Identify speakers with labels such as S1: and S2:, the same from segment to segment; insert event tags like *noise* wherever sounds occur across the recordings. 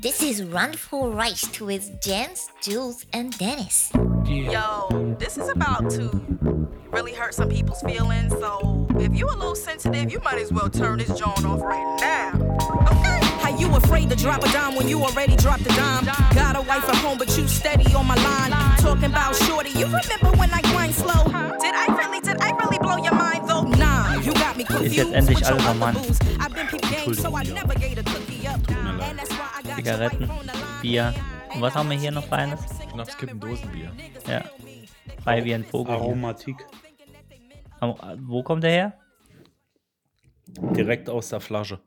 S1: This is Run for Rice with Jens, Jules, and Dennis.
S2: Yo, this is about to really hurt some people's feelings. So if you a little sensitive, you might as well turn this joint off right now. Okay.
S3: How you afraid to drop a dime when you already dropped a dime? Got a wife at home, but you steady on my line. Talking about shorty, you remember when I grind slow? Did I really, did I really blow your mind though? Nah, you got me confused.
S4: jetzt endlich
S3: with your
S4: alles am
S3: other
S4: Mann.
S3: booze. I've been peep game, so I never gave a cookie up.
S5: mir leid.
S3: And that's why I got your
S4: Zigaretten,
S3: wife on the line.
S4: Bier. Und was haben wir hier noch für eines?
S5: Schnapskippen Dosenbier.
S4: Ja. Frei wie ein Vogel.
S5: Aromatik.
S4: Am- Wo kommt der her?
S5: Direkt aus der Flasche.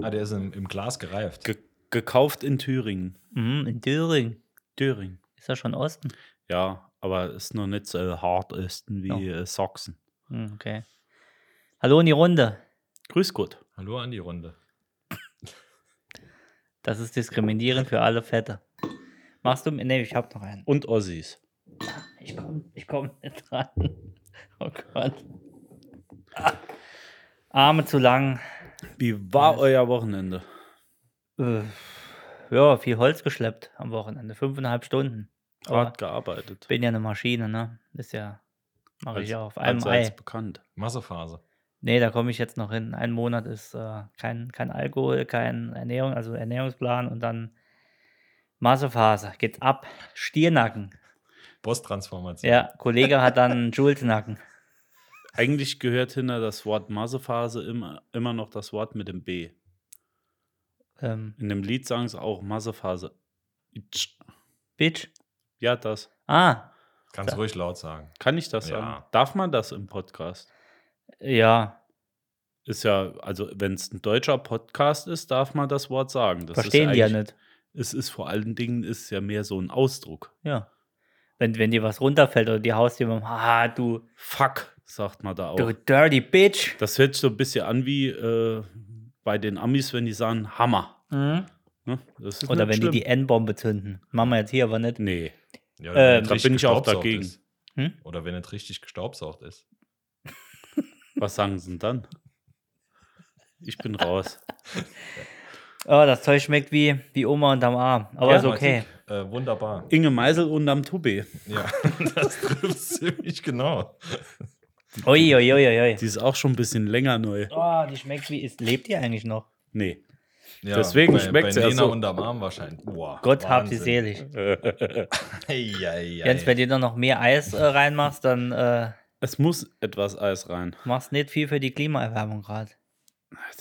S6: Ah, der ist im, im Glas gereift.
S5: Ge gekauft in Thüringen.
S4: Mhm, in Döring.
S5: Thüringen.
S4: Ist das schon Osten?
S5: Ja, aber ist noch nicht so hart östen wie äh, Sachsen.
S4: Hm, okay. Hallo in die Runde.
S5: Grüß Gott.
S6: Hallo an die Runde.
S4: Das ist diskriminierend für alle Fette. Machst du? Nee, ich hab noch einen.
S5: Und Ossis.
S4: Ich komme ich komm *laughs* nicht dran. Oh Gott. Ah, Arme zu lang.
S5: Wie war euer Wochenende?
S4: Äh, Ja, viel Holz geschleppt am Wochenende. Fünfeinhalb Stunden. Aber
S5: Hart gearbeitet.
S4: bin ja eine Maschine, ne? Ist ja. Mache ich ja auf einem
S5: allseits
S4: Ei.
S5: bekannt.
S6: Massephase.
S4: Nee, da komme ich jetzt noch hin. Ein Monat ist äh, kein, kein Alkohol, kein Ernährung, also Ernährungsplan und dann Massephase. Geht's ab. Stiernacken.
S6: Boss-Transformation.
S4: Ja, Kollege hat dann Julesnacken.
S5: Eigentlich gehört hinter das Wort Massephase immer, immer noch das Wort mit dem B.
S4: Ähm,
S5: In dem Lied sagen sie auch Massephase. Itsch.
S4: Bitch.
S5: Ja, das.
S4: Ah,
S6: Kannst ruhig laut sagen.
S5: Kann ich das
S6: Ja.
S5: sagen? Darf man das im Podcast?
S4: ja.
S5: Ist ja, also wenn es ein deutscher Podcast ist, darf man das Wort sagen. Das
S4: Verstehen
S5: ist
S4: die ja
S5: eigentlich-
S4: nicht.
S5: Es ist vor allen Dingen ist ja mehr so ein Ausdruck.
S4: Ja. Wenn, wenn dir was runterfällt oder die haust dir mit dem Haha, du,
S5: Fuck, sagt man da auch.
S4: du dirty bitch.
S5: Das hört sich so ein bisschen an wie äh, bei den Amis, wenn die sagen Hammer. Ne? Das ist
S4: Oder
S5: nicht
S4: wenn
S5: schlimm.
S4: die die N-Bombe zünden. Machen wir jetzt hier aber nicht.
S5: Nee.
S6: Ja, wenn es
S4: Ähm,
S5: Äh, da
S6: richtig
S5: bin ich auch
S6: gestaubsaugt
S5: dagegen.
S6: Ist.
S4: Hm?
S6: Oder wenn es richtig gestaubsaugt ist.
S5: Was sagen sie denn dann? Ich bin raus.
S4: Oh, das Zeug schmeckt wie, wie Oma unterm Arm. Aber ist okay.
S6: Mathik, Äh, wunderbar.
S5: Inge Meisel unterm Tube.
S6: Ja, *laughs* das trifft *laughs* ziemlich genau.
S4: Ui, ui, ui, ui, ui.
S5: Die ist auch schon ein bisschen länger neu.
S4: Oh, die schmeckt wie. Ist, lebt die eigentlich noch?
S5: Nee.
S6: Ja,
S5: Deswegen
S6: bei,
S5: schmeckt's
S6: bei
S5: ja
S6: Nena
S5: so.
S6: unterm Arm wahrscheinlich. Boah,
S4: Gott hab sie
S6: Wahnsinn.
S4: selig.
S6: Ei, ei, ei.
S4: Jens, wenn du da noch mehr Eis äh, reinmachst, dann äh,
S5: Es muss etwas Eis rein.
S4: machst nicht viel für die Klimaerwärmung gerade.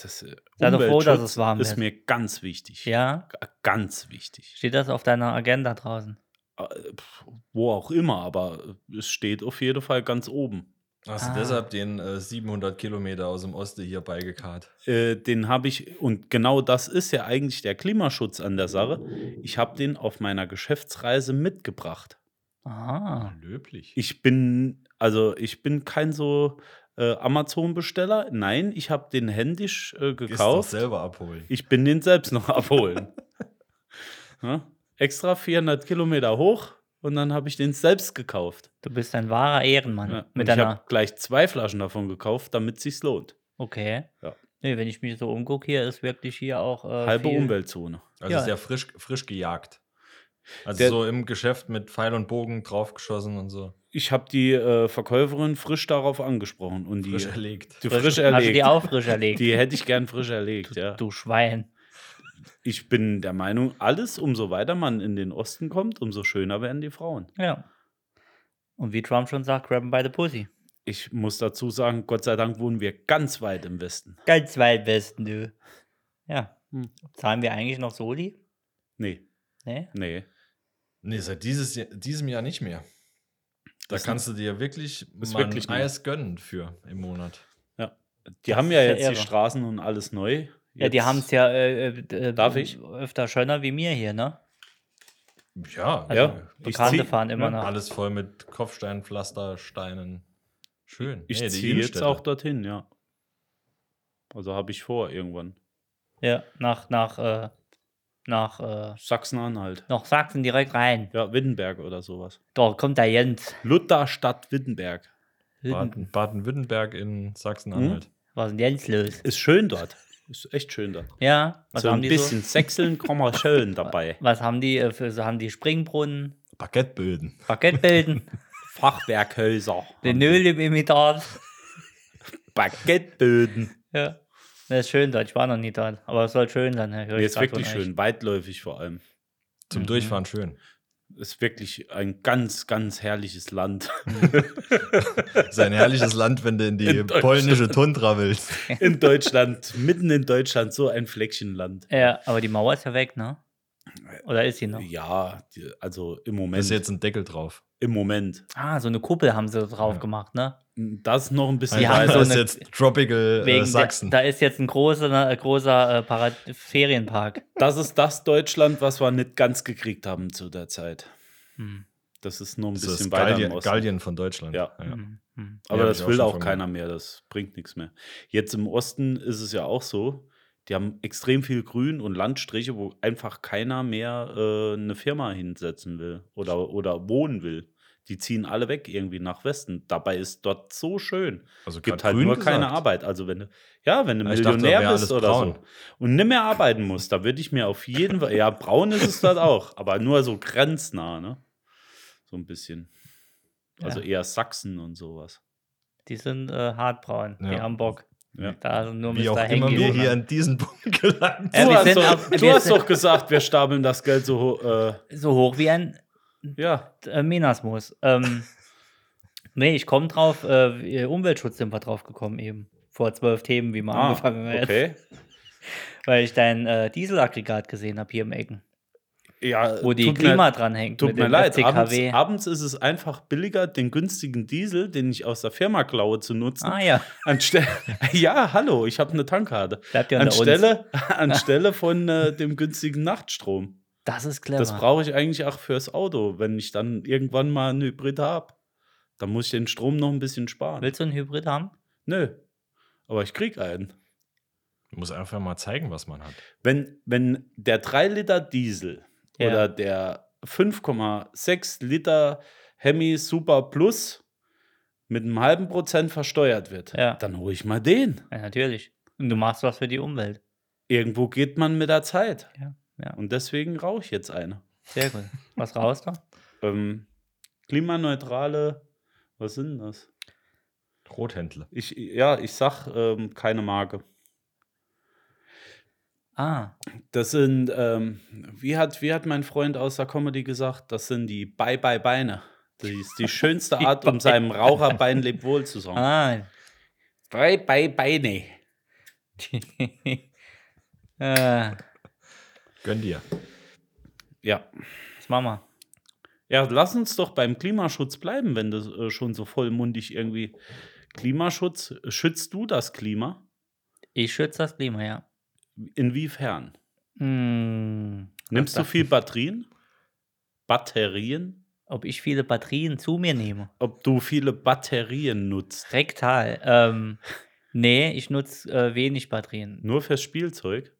S5: Das, äh,
S4: Sei doch froh, dass
S5: Umweltschutz
S4: es warm
S5: ist.
S4: wird.
S5: mir ganz wichtig.
S4: Ja?
S5: G- Ganz wichtig.
S4: Steht das auf deiner Agenda draußen?
S5: Äh, pf, Wo auch immer, aber es steht auf jeden Fall ganz oben.
S6: Hast du
S4: Ah.
S6: deshalb den äh, 700 Kilometer aus dem Osten hier beigekarrt?
S5: Äh, den habe ich, und genau das ist ja eigentlich der Klimaschutz an der Sache. Ich habe den auf meiner Geschäftsreise mitgebracht.
S4: Ah.
S6: Löblich.
S5: Ich bin, also ich bin kein so äh, Amazon-Besteller. Nein, ich habe den händisch äh,
S6: Gehst doch
S5: gekauft.
S6: selber abholen.
S5: Ich bin den selbst noch abholen. ja? Extra 400 Kilometer hoch und dann habe ich den selbst gekauft.
S4: Du bist ein wahrer Ehrenmann.
S5: Ja. Und
S4: Mit
S5: ich habe
S4: deiner.
S5: gleich zwei Flaschen davon gekauft, damit sich's lohnt.
S4: Okay.
S5: Ja.
S4: Nee, wenn ich mich so umgucke, hier ist wirklich hier auch. Äh,
S5: Halbe
S4: viel-
S5: Umweltzone.
S6: Also
S4: Ja.
S6: ist ja frisch, frisch gejagt. Also
S5: Der-
S6: so im Geschäft mit Pfeil und Bogen draufgeschossen und so.
S5: Ich habe die äh, Verkäuferin frisch darauf angesprochen und die
S6: Frisch
S5: frisch,
S6: erlegt.
S5: die
S4: Frisch,
S5: frisch
S4: hast du
S5: erlegt.
S4: die auch frisch
S5: Die,
S4: erlegt?
S5: hätte ich gern frisch erlegt, ja.
S4: Du Schwein.
S5: Ich bin der Meinung, alles, umso weiter man in den Osten kommt, umso schöner werden die Frauen.
S4: Ja. Und wie Trump schon sagt, grabben by the pussy.
S5: Ich muss dazu sagen, Gott sei Dank wohnen wir ganz weit im Westen.
S4: Ganz weit Westen, du. Ja.
S5: Hm.
S4: Zahlen wir eigentlich noch Soli?
S5: Nee,
S4: Nee?
S5: nee.
S6: Nee, seit dieses, Jahr- diesem Jahr nicht mehr. Da
S5: Das-
S6: kannst du dir wirklich
S5: ist
S6: mal
S5: wirklich
S6: ein Eis gönnen für im Monat.
S5: Die
S4: Das
S5: haben ja
S4: ist ja
S5: jetzt die
S4: irre.
S5: Straßen und alles neu.
S4: Ja, die
S5: Jetzt-
S4: haben es ja äh, äh, äh,
S5: Darf ich?
S4: öfter schöner wie mir hier, ne?
S6: Ja,
S4: Also,
S5: Ja, ich
S4: Bekannte
S5: zieh- ne?
S4: fahren immer
S5: ja,
S4: noch.
S6: alles voll mit Kopfsteinpflaster, Steinen. Schön.
S5: Ich
S6: Nee, die
S5: ziehe jetzt
S6: Innenstädte.
S5: auch dorthin, ja. Also habe ich vor irgendwann.
S4: Ja, nach, nach, äh, nach, äh,
S5: Sachsen-Anhalt.
S4: nach Sachsen direkt rein.
S5: Ja, Wittenberg oder sowas.
S4: Da kommt der Jens.
S5: Lutherstadt Wittenberg.
S4: Hüden-
S5: Hm?
S6: Baden- Baden-Württemberg in Sachsen-Anhalt.
S4: Was ist denn Jens los?
S5: Ist schön dort. Ist echt schön da.
S4: Ja, was
S5: Also so
S4: haben
S5: ein
S4: die
S5: bisschen Sechseln kann man schön dabei.
S4: so? Was haben die äh, für so haben die Springbrunnen,
S6: Baguetteböden.
S5: *laughs*
S4: Parkettbilden,
S5: *laughs* Fachwerkhäuser,
S4: den Öl im Imitat?
S5: Baguetteböden.
S4: Ja. Das ist schön dort, ich war noch nie dort, aber es soll schön sein. höre
S5: Nee,
S4: ich
S5: ist
S4: grad von
S5: wirklich
S4: euch.
S5: schön, weitläufig vor allem.
S6: Zum
S5: Mhm.
S6: Durchfahren schön.
S5: Ist wirklich ein ganz, ganz herrliches *laughs* Land.
S6: Ist ein herrliches Land, wenn du in die
S5: In Deutschland.
S6: polnische Tundra willst.
S5: In Deutschland, mitten in Deutschland, so ein Fleckchen Land.
S4: Ja, aber die Mauer ist ja weg, ne? Oder ist sie noch?
S5: Ja, die- also im
S6: Da ist
S5: Moment.
S6: jetzt ein Deckel drauf.
S5: Im Moment.
S4: Ah, so eine Kuppel haben sie drauf
S6: Ja.
S4: gemacht, ne?
S5: Das ist noch ein bisschen
S4: Die
S6: Die
S4: haben
S6: haben
S5: weiter.
S4: so
S6: das ist
S4: eine-
S6: jetzt Tropical äh,
S4: Wegen der,
S6: Sachsen.
S4: da ist jetzt ein großer, äh, großer äh, Parad Ferienpark.
S5: Das ist das Deutschland, was wir nicht ganz gekriegt haben zu der Zeit.
S4: Hm.
S5: Das ist nur ein
S6: das ist
S5: bisschen
S6: das
S5: weiter
S6: Gallien,
S5: im Osten.
S6: Gallien von Deutschland.
S5: Ja.
S4: Hm. Hm.
S5: Aber
S6: Ja, hab
S5: das
S6: ich auch
S5: will
S6: schon
S5: auch
S6: von
S5: keiner mehr. Das bringt nichts mehr. Jetzt im Osten ist es ja auch so. Die haben extrem viel Grün und Landstriche, wo einfach keiner mehr äh, eine Firma hinsetzen will oder, oder wohnen will. Die ziehen alle weg irgendwie nach Westen. Dabei ist dort so schön.
S6: Also
S5: gibt
S6: grad
S5: halt
S6: grün
S5: nur
S6: gesagt.
S5: keine Arbeit. Also wenn du, ja, wenn du
S6: Ja, ich dachte,
S5: Millionär
S6: wär
S5: bist
S6: alles
S5: oder
S6: braun.
S5: so und nicht mehr arbeiten musst, da würde ich mir auf jeden Fall, ja, braun ist es dort auch, aber nur so grenznah, ne? So ein bisschen. Also eher Sachsen und sowas.
S4: Die sind äh, hartbraun, die
S6: Ja.
S4: haben Bock.
S5: Ja.
S4: Da sind
S5: Um
S4: nur
S6: Wie
S4: Mr.
S6: auch immer
S4: Hengi
S6: wir
S4: und-
S6: hier an diesen *laughs* Punkt gelangt
S4: Ja,
S5: du
S4: wir
S5: hast,
S4: sind
S5: doch, *laughs*
S4: auf-
S5: du
S4: wir
S5: hast
S4: sind-
S5: doch gesagt, wir stapeln das Geld so hoch. Äh,
S4: so hoch wie ein
S5: ja,
S4: äh, Menasmus.
S6: *laughs*
S4: Ähm, nee, ich komme drauf, äh, Umweltschutz sind wir drauf gekommen eben. Vor zwölf Themen, wie wir
S5: ah,
S4: angefangen haben. jetzt.
S5: okay.
S4: Weil ich dein äh, Dieselaggregat gesehen habe hier im Ecken,
S5: Ja,
S4: wo die
S5: tut
S4: Klima
S5: mir,
S4: dran hängt.
S5: Tut
S4: mit
S5: mir
S4: dem
S5: leid, abends,
S4: FCKW.
S5: abends ist es einfach billiger, den günstigen Diesel, den ich aus der Firma klaue, zu nutzen,
S4: Ah ja,
S5: Anstelle, *laughs* ja, hallo, ich habe eine Tankkarte.
S4: bleibt ja unter uns.
S5: Anstelle, *laughs* anstelle von äh, dem günstigen Nachtstrom.
S4: Das ist clever.
S5: Das brauche ich eigentlich auch fürs Auto, wenn ich dann irgendwann mal einen Hybrid habe. Dann muss ich den Strom noch ein bisschen sparen.
S4: Willst du einen Hybrid haben?
S5: Nö, aber ich krieg einen.
S6: Muss einfach mal zeigen, was man hat.
S5: Wenn, wenn der 3 Liter Diesel
S4: Ja.
S5: oder der 5,6 Liter Hemi Super Plus mit einem halben Prozent versteuert wird,
S4: Ja.
S5: dann hole ich mal den.
S4: Ja, natürlich. Und du machst was für die Umwelt.
S5: Irgendwo geht man mit der Zeit.
S4: Ja, ja.
S5: Und deswegen rauche ich jetzt eine.
S4: Sehr gut. Was raus
S5: *laughs*
S4: da?
S5: Ähm, klimaneutrale, was sind das?
S6: Rothändler.
S5: Ich, ja, ich sag ähm, keine Marke.
S4: Ah,
S5: Das sind, ähm, wie, hat, wie hat mein Freund aus der Comedy gesagt, das sind die Bye-Bye-Beine. Das ist die schönste Art, um seinem Raucherbein lebt wohl zu sagen.
S4: ah. *laughs*
S5: Bye-Bye-Beine.
S4: äh,
S6: Gönn dir.
S5: Ja.
S4: was machen wir?
S5: ja, lass uns doch beim Klimaschutz bleiben, wenn du äh, schon so vollmundig irgendwie. Klimaschutz, schützt du das Klima?
S4: Ich schütze das Klima, ja.
S5: Inwiefern?
S4: Hm,
S5: Nimmst du
S4: das-
S5: viel Batterien? Batterien?
S4: Ob ich viele Batterien zu mir nehme?
S5: Ob du viele Batterien nutzt?
S4: Rektal. Ähm, nee, ich nutze äh, wenig Batterien.
S5: Nur fürs Spielzeug?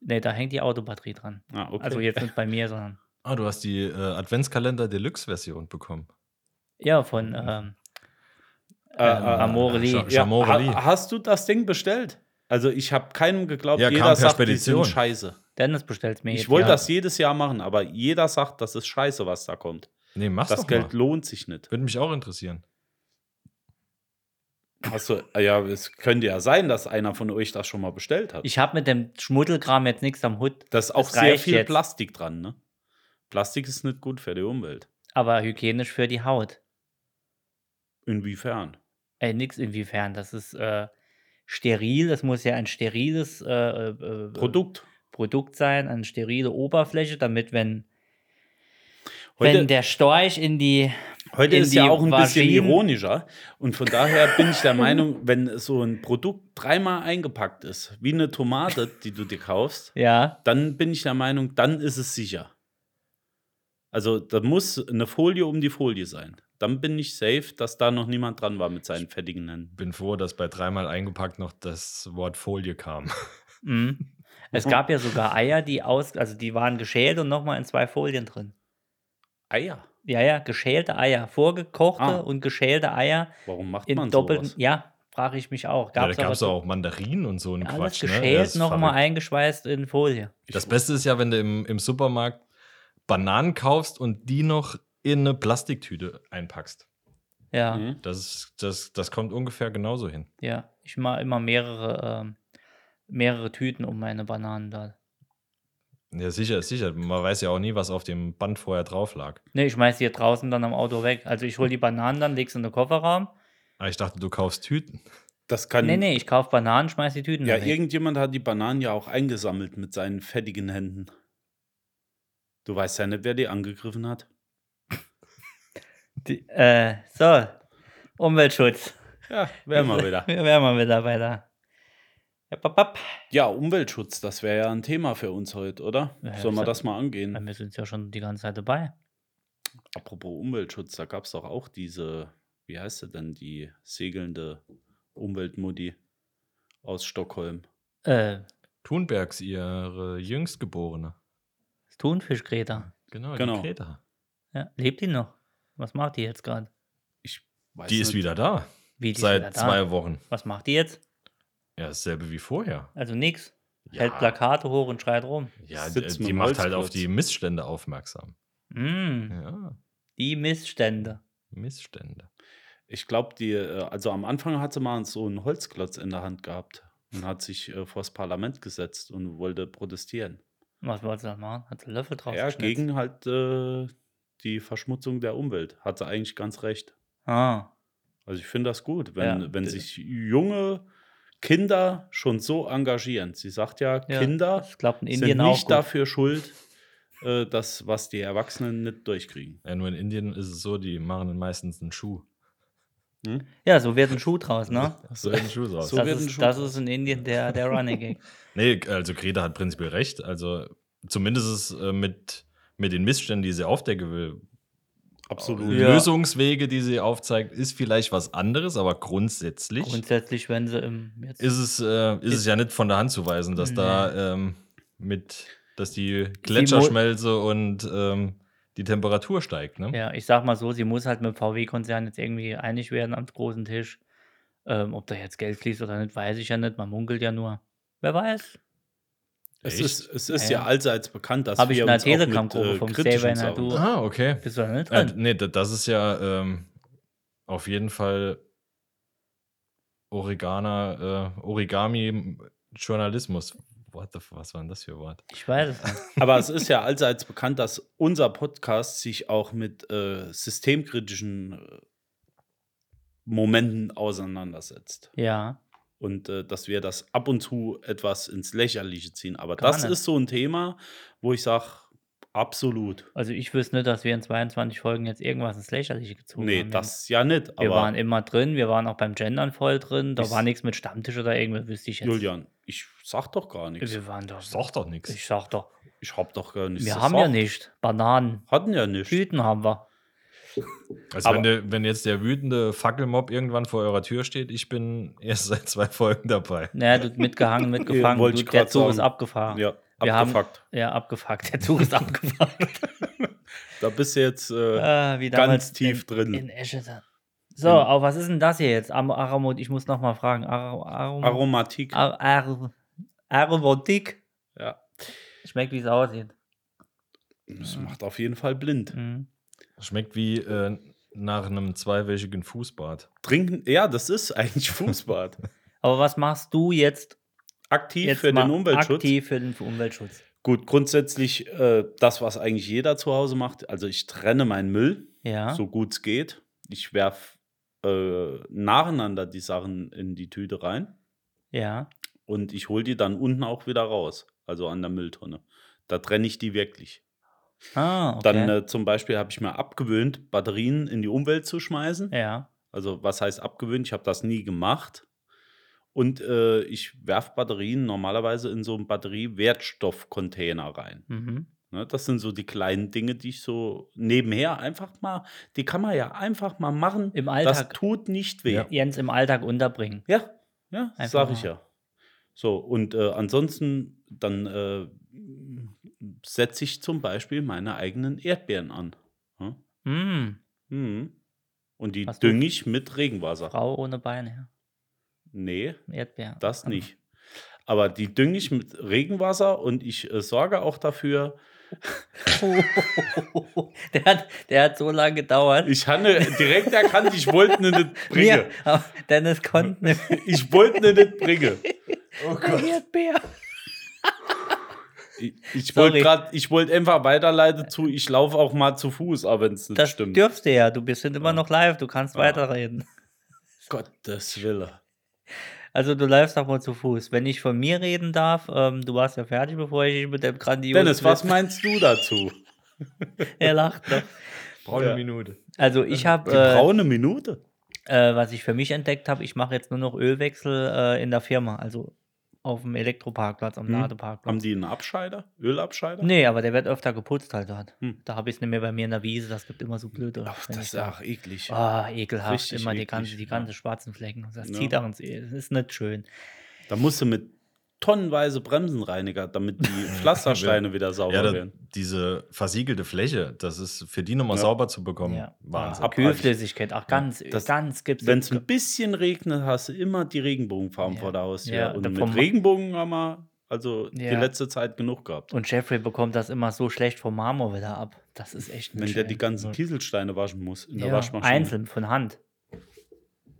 S4: Nee, da hängt die Autobatterie dran.
S5: Ah, okay.
S4: Also jetzt nicht bei mir, sondern.
S6: Ah, du hast die äh, Adventskalender Deluxe-Version bekommen.
S4: Ja,
S5: Mhm.
S4: von ähm,
S5: äh, äh,
S4: Amorelli.
S6: Scha-
S5: ja,
S6: Chamorelli.
S5: ha hast du das Ding bestellt? Also ich habe keinem geglaubt,
S6: Ja,
S5: jeder
S6: kam per
S5: sagt, die
S6: Spedition.
S5: sind scheiße.
S4: Dennis bestellt mir
S5: Ich
S4: jetzt,
S5: wollte
S4: ja.
S5: das jedes Jahr machen, aber jeder sagt, das ist scheiße, was da kommt.
S6: Nee, mach's
S5: das
S6: doch
S5: Geld
S6: mal.
S5: lohnt sich nicht.
S6: Würde mich auch interessieren.
S5: Hast du, ja, es könnte ja sein, dass einer von euch das schon mal bestellt hat.
S4: Ich habe mit dem Schmuddelkram jetzt nichts am Hut,
S5: da ist auch
S4: das
S5: sehr
S4: reicht
S5: viel
S4: jetzt.
S5: Plastik dran, ne? Plastik ist nicht gut für die Umwelt.
S4: aber hygienisch für die Haut.
S5: Inwiefern?
S4: Äh, nix inwiefern. Das ist äh, steril. Das muss ja ein steriles äh, äh, äh,
S5: Produkt.
S4: Produkt sein, eine sterile Oberfläche, damit, wenn,
S5: Heute-
S4: wenn der Storch in die.
S5: Heute
S4: in
S5: ist ja
S4: die
S5: auch ein bisschen
S4: Vagin-
S5: ironischer. Und von daher bin ich der Meinung, wenn so ein Produkt dreimal eingepackt ist, wie eine Tomate, die du dir kaufst,
S4: Ja,
S5: dann bin ich der Meinung, dann ist es sicher. Also da muss eine Folie um die Folie sein. Dann bin ich safe, dass da noch niemand dran war mit seinen fettigen Händen.
S6: Bin froh, dass bei dreimal eingepackt noch das Wort Folie kam.
S4: mhm. es gab ja sogar Eier, die aus, also die waren geschält und nochmal in zwei Folien drin. Ah
S5: Eier.
S4: Ja, ja, geschälte Eier, vorgekochte
S5: Ah.
S4: und geschälte Eier
S5: Warum macht
S4: in
S5: man
S4: doppelten.
S5: sowas?
S4: Ja, frage ich mich auch.
S6: Ja, *laughs* da
S4: Gab's
S6: gab es
S4: aber
S6: auch Mandarinen und so einen
S4: alles
S6: Quatsch. ne? Ja,
S4: geschält,
S6: ist
S4: nochmal
S6: verrückt.
S4: eingeschweißt in Folie.
S6: Das Beste ist ja, wenn du im, im Supermarkt Bananen kaufst und die noch in eine Plastiktüte einpackst.
S4: Ja,
S5: Mhm.
S6: Das, ist, das, das kommt ungefähr genauso hin.
S4: ja. Ich mache immer mehrere, ähm, mehrere Tüten um meine Bananen da.
S6: Ja, sicher, sicher. Man weiß ja auch nie, was auf dem Band vorher drauf lag.
S4: Ne, ich schmeiß die hier draußen dann am Auto weg. Also ich hole die Bananen dann, leg sie in den Kofferraum.
S6: Aber Ah, ich dachte, du kaufst Tüten.
S5: Das kann.
S4: Nee, nee, ich kaufe Bananen, schmeiß die Tüten
S5: Ja,
S4: dann weg.
S5: irgendjemand hat die Bananen ja auch eingesammelt mit seinen fettigen Händen. Du weißt ja nicht, wer die angegriffen hat.
S4: Die, äh, so, Umweltschutz.
S5: Ja, wer mal wieder.
S4: Wir *laughs* wären mal wieder bei der. Ja, papp, papp.
S5: Ja, Umweltschutz, das wäre ja ein Thema für uns heute, oder?
S4: Ja,
S5: Sollen wir
S4: klar.
S5: das mal angehen?
S4: Wir sind ja schon die ganze Zeit dabei.
S5: Apropos Umweltschutz, da gab es doch auch diese, wie heißt sie denn, die segelnde Umweltmutti aus Stockholm.
S4: Äh,
S6: Thunbergs, ihre jüngst geborene.
S4: das Thunfischgräter.
S6: Genau,
S5: Genau.
S6: die Greta.
S4: Ja, lebt die noch? Was macht die jetzt gerade?
S5: Ich weiß
S6: Die ist
S5: nicht.
S6: wieder da.
S4: Wie die ist wieder
S6: Seit
S4: da?
S6: zwei Wochen.
S4: Was macht die jetzt?
S6: Ja, dasselbe wie vorher.
S4: Also nix.
S6: Ja.
S4: Hält Plakate hoch und schreit rum.
S6: Ja, die,
S5: Sitzt mit
S6: die
S5: dem
S6: macht halt auf
S5: Holzklotz.
S6: die Missstände aufmerksam.
S4: Mm,
S6: Ja,
S4: Die Missstände.
S6: Missstände.
S5: Ich glaube, die, äh, also am Anfang hat sie mal so einen Holzklotz in der Hand gehabt und hat sich äh, vors Parlament gesetzt und wollte protestieren.
S4: Was wollte sie dann machen? Hat sie einen Löffel drauf
S5: Ja,
S4: geschnitzt?
S5: gegen halt äh, die Verschmutzung der Umwelt. Hat sie eigentlich ganz recht.
S4: Ah,
S5: Also ich finde das gut, wenn,
S4: Ja,
S5: wenn
S4: d-
S5: sich junge Kinder schon so engagieren. Sie sagt ja,
S4: ja.
S5: Kinder
S4: Das klappt in
S5: sind
S4: Indien auch.
S5: nicht
S4: Gut.
S5: dafür schuld, äh, das, was die Erwachsenen nicht durchkriegen.
S6: Ja, nur in Indien ist es so, die machen dann meistens einen Schuh.
S4: Ja, so wird ein Schuh draus, ne?
S6: So einen Schuh raus.
S5: *laughs* So
S4: das,
S5: wird ein
S4: ist,
S5: Schuh
S4: das
S5: draus.
S4: ist in Indien der,
S5: *laughs*
S4: der Running Gag.
S6: Nee, also Greta hat prinzipiell recht. Also zumindest ist äh, mit, mit den Missständen, die sie aufdecken will, äh,
S5: Absolut.
S4: Ja.
S6: Lösungswege, die sie aufzeigt, ist vielleicht was anderes, aber grundsätzlich
S4: Grundsätzlich, wenn sie im. Jetzt,
S6: ist, es, äh, ist es ja nicht von der Hand zu weisen, dass da ähm, mit, dass die Gletscherschmelze und ähm, die Temperatur steigt. Ne?
S4: ja, ich sag mal so, sie muss halt mit dem VW-Konzern jetzt irgendwie einig werden am großen Tisch. Ähm, ob da jetzt Geld fließt oder nicht, weiß ich ja nicht. Man munkelt ja nur. Wer weiß.
S5: Es
S6: Echt?
S5: ist, es ist
S4: Ja.
S5: ja allseits bekannt, dass
S4: Hab ich
S5: wir
S4: in der
S5: uns auch mit
S4: Telegram-Gruppe
S5: äh,
S4: vom
S5: kritischen
S4: Xavier
S5: Sachen.
S4: Naidoo.
S6: Ah, okay.
S4: Bist du da nicht
S6: Ja,
S4: drin?
S6: nee, da- das ist ja ähm, auf jeden Fall Oregana, äh, Origami-Journalismus. What the, f- was war denn das für ein Wort?
S4: Ich weiß es nicht.
S5: *laughs* Aber es ist ja allseits bekannt, dass unser Podcast sich auch mit äh, systemkritischen äh, Momenten auseinandersetzt.
S4: Ja.
S5: Und äh, dass wir das ab und zu etwas ins Lächerliche ziehen. Aber
S4: Gar
S5: das
S4: nicht.
S5: ist so ein Thema, wo ich sage, absolut.
S4: Also ich wüsste nicht, dass wir in 22 Folgen jetzt irgendwas ins Lächerliche gezogen
S5: Nee,
S4: haben.
S5: das ja nicht. Aber
S4: Wir waren immer drin, wir waren auch beim Gendern voll drin. Da
S5: Ich-
S4: war nichts mit Stammtisch oder irgendwas, wüsste ich jetzt.
S5: Julian, ich sag doch gar nichts.
S4: Wir waren doch.
S6: Sag doch nichts.
S4: Ich sag doch.
S5: Ich hab doch gar nichts
S4: Also, Wir haben ja
S5: gesagt.
S4: nicht. Bananen.
S5: Hatten ja nicht.
S4: Tüten haben wir.
S6: Also
S5: Aber-
S6: wenn, der, wenn jetzt der wütende Fackelmob irgendwann vor eurer Tür steht, ich bin *laughs* erst seit zwei Folgen dabei.
S4: Naja, du
S5: *laughs*
S4: mitgehangen, mitgefangen.
S5: wollte
S4: du,
S5: ich
S4: der
S5: grad
S4: Zug ist
S5: sagen.
S4: abgefahren.
S5: Ja,
S4: Wir haben-
S5: abgefuckt.
S4: Ja, abgefuckt. Der Zug ist
S5: *laughs*
S4: abgefuckt.
S5: Da bist du jetzt äh,
S4: äh, wie damals
S5: ganz tief Genau. drin.
S4: in, in Esche. da. So,
S5: In-
S4: aber was ist denn das hier jetzt? Am- Aramot, ich muss nochmal fragen. Aram, Aram,
S5: Aromatik.
S4: Ar- Ar- Aromotik.
S5: Ja.
S4: Schmeckt, wie es aussieht.
S5: Das macht auf jeden Fall blind.
S4: Mhm.
S6: Schmeckt wie äh, nach einem zweiwöchigen Fußbad.
S5: Trinken, ja, das
S4: *laughs*
S5: ist eigentlich Fußbad.
S4: Aber was machst du jetzt,
S5: Aktiv
S4: jetzt
S5: für den
S4: mal
S5: Umweltschutz.
S4: aktiv für den Umweltschutz?
S5: Gut, grundsätzlich äh, das, was eigentlich jeder zu Hause macht. Also ich trenne meinen Müll,
S4: Ja.
S5: so gut es geht. Ich werfe äh, nacheinander die Sachen in die Tüte rein
S4: Ja.
S5: und ich hole die dann unten auch wieder raus, also an der Mülltonne. Da trenne ich die wirklich.
S4: Ah, okay.
S5: Dann äh, zum Beispiel habe ich mir abgewöhnt, Batterien in die Umwelt zu schmeißen.
S4: ja.
S5: Also was heißt abgewöhnt? Ich habe das nie gemacht. Und äh, ich werfe Batterien normalerweise in so einen Batteriewertstoffcontainer rein.
S4: Mhm.
S5: Ne, das sind so die kleinen Dinge, die ich so nebenher einfach mal, die kann man ja einfach mal machen.
S4: Im
S5: Das
S4: Alltag.
S5: tut nicht weh. Ja,
S4: Jens im Alltag unterbringen.
S5: ja, das
S4: Einfach
S5: sage ich
S4: mal.
S5: ja. So, und äh, ansonsten, dann äh, setze ich zum Beispiel meine eigenen Erdbeeren an. Ja?
S4: Mm,
S5: Mhm. Und die
S4: Hast du-
S5: dünge ich mit Regenwasser.
S4: Frau ohne Beine.
S5: Nee,
S4: Erdbeer.
S5: das
S4: Kann-
S5: nicht. Aber die dünge ich mit Regenwasser und ich äh, sorge auch dafür.
S4: *laughs* Der hat, der hat so lange gedauert.
S5: Ich habe *laughs* direkt erkannt, ich wollte
S4: *laughs*
S5: ihn nicht bringen.
S4: Ja, Dennis konnte
S5: Oh
S4: nicht
S5: *laughs* Ich wollte ihn
S4: *laughs*
S5: nicht bringen. Oh
S4: Erdbeer.
S5: Ich- Ich
S4: Sorry.
S5: wollte gerade, ich wollte einfach weiterleiten zu, ich laufe auch mal zu Fuß, aber wenn es nicht
S4: Das
S5: stimmt. Ah.
S4: dürfst du ja. Du bist ja immer noch live. Du kannst weiterreden.
S5: Gottes Wille.
S4: Also du läufst auch mal zu Fuß. Wenn ich von mir reden darf, ähm, du warst ja fertig, bevor ich mit dem grandiosen...
S5: Dennis, was
S4: Witz-
S5: meinst du
S4: *laughs*
S5: dazu?
S4: Er lacht noch.
S6: Brauche
S5: Ja.
S6: eine Minute.
S4: Also ich
S5: Äh, Die
S4: habe...
S5: braune Minute.
S4: äh, was ich für mich entdeckt habe, ich mache jetzt nur noch Ölwechsel äh, in der Firma, also auf dem Elektroparkplatz, am
S5: Hm. Haben
S4: Ladeparkplatz.
S5: die einen Abscheider? Ölabscheider?
S4: Nee, aber der wird öfter geputzt halt dort.
S5: Hm.
S4: Da habe ich es nicht mehr bei mir in der Wiese, das gibt immer so blöde.
S5: Ach,
S4: wenn
S5: das
S4: ich
S5: ist
S4: da-
S5: auch eklig.
S4: Ah, ekelhaft,
S5: Richtig
S4: immer die
S5: eklig,
S4: ganzen die
S5: ja.
S4: ganze schwarzen Flecken. Das
S5: Ja.
S4: zieht auch ins Öl. Das ist nicht schön.
S5: Da musst du mit tonnenweise Bremsenreiniger, damit
S4: *laughs*
S5: die Pflastersteine wieder sauber
S6: Ja, da,
S5: werden.
S6: diese versiegelte Fläche, das ist für die nochmal
S5: Ja.
S6: sauber zu bekommen.
S4: Ja.
S6: Wahnsinn.
S4: Ah, Kühlflüssigkeit, ach, ganz,
S5: Das-
S4: ganz gibt's.
S5: Wenn es ein bisschen regnet, hast du immer die Regenbogenfarben
S4: Ja.
S5: vor der Haustür.
S4: Ja,
S5: und
S4: da
S5: mit
S4: vom-
S5: Regenbogen haben wir also die
S4: Ja.
S5: letzte Zeit genug gehabt.
S4: Und Jeffrey bekommt das immer so schlecht vom Marmor wieder ab. Das ist echt nicht
S5: Wenn der
S4: schön.
S5: die ganzen Kieselsteine waschen muss in der
S4: ja,
S5: Waschmaschine.
S4: Einzeln von Hand.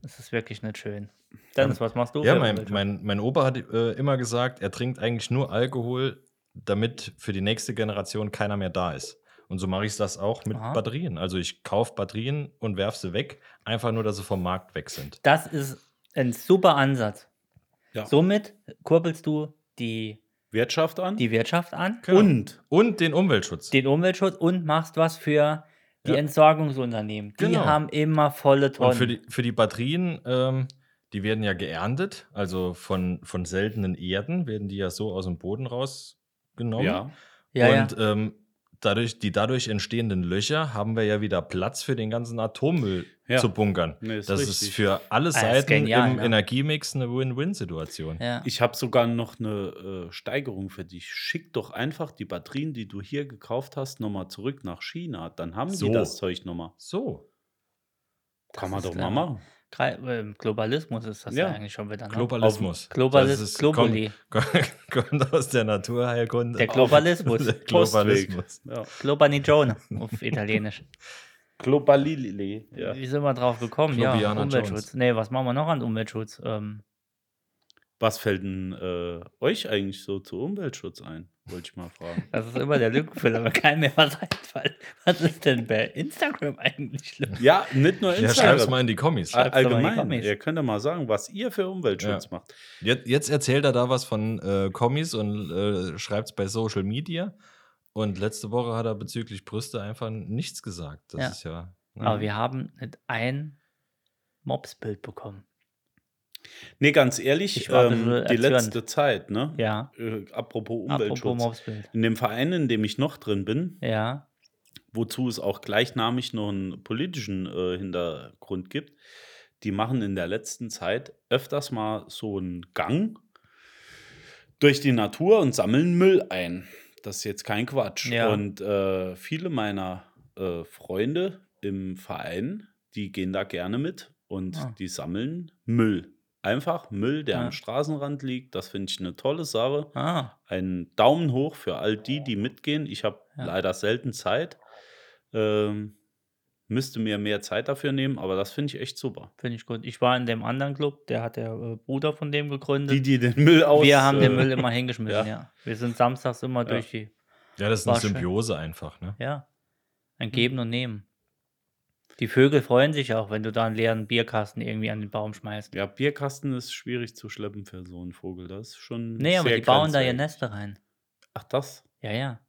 S4: Das ist wirklich nicht schön. Dennis, was machst du?
S6: Ja,
S4: für
S6: mein,
S4: Umweltschutz?
S6: mein, mein Opa hat äh, immer gesagt, er trinkt eigentlich nur Alkohol, damit für die nächste Generation keiner mehr da ist. Und so mache ich das auch mit
S4: Aha.
S6: Batterien. Also ich kaufe Batterien und werfe sie weg, einfach nur, dass sie vom Markt weg sind.
S4: Das ist ein super Ansatz.
S5: Ja.
S4: Somit kurbelst du die,
S5: Wirtschaft an.
S4: die Wirtschaft an,
S6: Genau.
S5: Und
S6: Und den Umweltschutz.
S4: den Umweltschutz und machst was für die
S6: Ja.
S4: Entsorgungsunternehmen. Die
S6: Genau.
S4: haben immer volle Tonnen.
S6: Und für die, für die Batterien, ähm, die werden ja geerntet, also von, von seltenen Erden werden die ja so aus dem Boden rausgenommen.
S5: ja,
S4: ja,
S6: und
S4: ja.
S6: Ähm, dadurch, die dadurch entstehenden Löcher haben wir ja wieder Platz für den ganzen Atommüll
S5: Ja.
S6: zu bunkern.
S5: Nee, ist
S6: das
S5: richtig.
S6: ist für alle
S4: Ah, ist
S6: Seiten
S4: genial,
S6: im
S4: ja.
S6: Energiemix eine Win-Win-Situation.
S4: ja.
S5: ich habe sogar noch eine äh, Steigerung für dich. Schick doch einfach die Batterien, die du hier gekauft hast, nochmal zurück nach China. Dann haben
S6: So.
S5: die das Zeug nochmal.
S6: So,
S5: Kann man
S4: ist
S5: doch
S4: clever.
S5: mal machen.
S4: Drei- ähm, Globalismus ist das ja.
S5: Ja.
S4: eigentlich schon wieder. Ne?
S6: Globalismus.
S4: Globalis-
S6: Das ist-
S4: Globuli.
S6: Kommt, *laughs* kommt aus der Naturheilkunde.
S4: Der Globalismus.
S6: *laughs* Der *laughs*
S5: Postweg.
S6: Globalismus.
S5: Ja.
S4: Globanigione
S6: *laughs*
S4: auf Italienisch.
S5: Globalilili. Ja.
S4: Wie sind wir drauf gekommen? Ja,
S6: Globiana
S4: Umweltschutz.
S6: Jones.
S4: Nee, was machen wir noch an Umweltschutz? Ähm,
S5: Was fällt denn äh, euch eigentlich so zu Umweltschutz ein? Wollte ich mal fragen. *laughs*
S4: das ist immer der Lückenfüller, aber kein mehr was einfällt. Was ist denn bei Instagram eigentlich los?
S5: Ja, nicht nur
S6: Ja, schreib's
S5: Instagram.
S6: mal in die Kommis.
S5: All-
S4: Schreib's doch mal in die
S5: Allgemein,
S4: Kommis.
S5: ihr könnt ja mal sagen, was ihr für Umweltschutz
S6: Ja.
S5: macht.
S6: Jetzt, jetzt erzählt er da was von äh, Kommis und äh, schreibt's bei Social Media. Und letzte Woche hat er bezüglich Brüste einfach nichts gesagt. Das
S4: Ja.
S6: ist ja. ne?
S4: Aber wir haben nicht ein Mobsbild bekommen.
S5: Nee, ganz ehrlich,
S4: Ich war ein bisschen
S5: ähm, die
S4: erzürnt.
S5: letzte Zeit, ne?
S4: Ja.
S5: Äh, apropos
S4: Apropos
S5: Umweltschutz.
S4: Mobsbild.
S5: in dem Verein, in dem ich noch drin bin,
S4: Ja.
S5: wozu es auch gleichnamig noch einen politischen äh, Hintergrund gibt, die machen in der letzten Zeit öfters mal so einen Gang durch die Natur und sammeln Müll ein. Das ist jetzt kein Quatsch.
S4: Ja.
S5: Und äh, viele meiner äh, Freunde im Verein, die gehen da gerne mit und
S4: Ah.
S5: die sammeln Müll. Einfach Müll, der
S4: Ja.
S5: am Straßenrand liegt. Das finde ich eine tolle Sache
S4: Ah,
S5: einen Daumen hoch für all die, die mitgehen. Ich habe
S4: Ja.
S5: leider selten Zeit. Ähm, müsste mir mehr Zeit dafür nehmen, aber das finde ich echt super.
S4: finde ich gut. Ich war in dem anderen Club, der hat der äh, Bruder von dem
S5: Die,
S4: gegründet.
S5: die den Müll aus.
S4: Wir haben den
S5: äh,
S4: Müll immer hingeschmissen, ja.
S5: *laughs* ja.
S4: Wir sind samstags immer durch die.
S6: Ja, das ist eine
S4: War schön.
S6: Symbiose einfach, ne?
S4: Ja.
S5: Hm.
S4: Ein Geben und Nehmen. Die Vögel freuen sich auch, wenn du da einen leeren Bierkasten irgendwie an den Baum schmeißt.
S5: Ja, Bierkasten ist schwierig zu schleppen für so einen Vogel. Das ist schon.
S4: Nee, aber
S5: sehr
S4: die bauen da ihr
S5: grenzwertig.
S4: Nester rein.
S5: Ach, das?
S4: Ja, ja.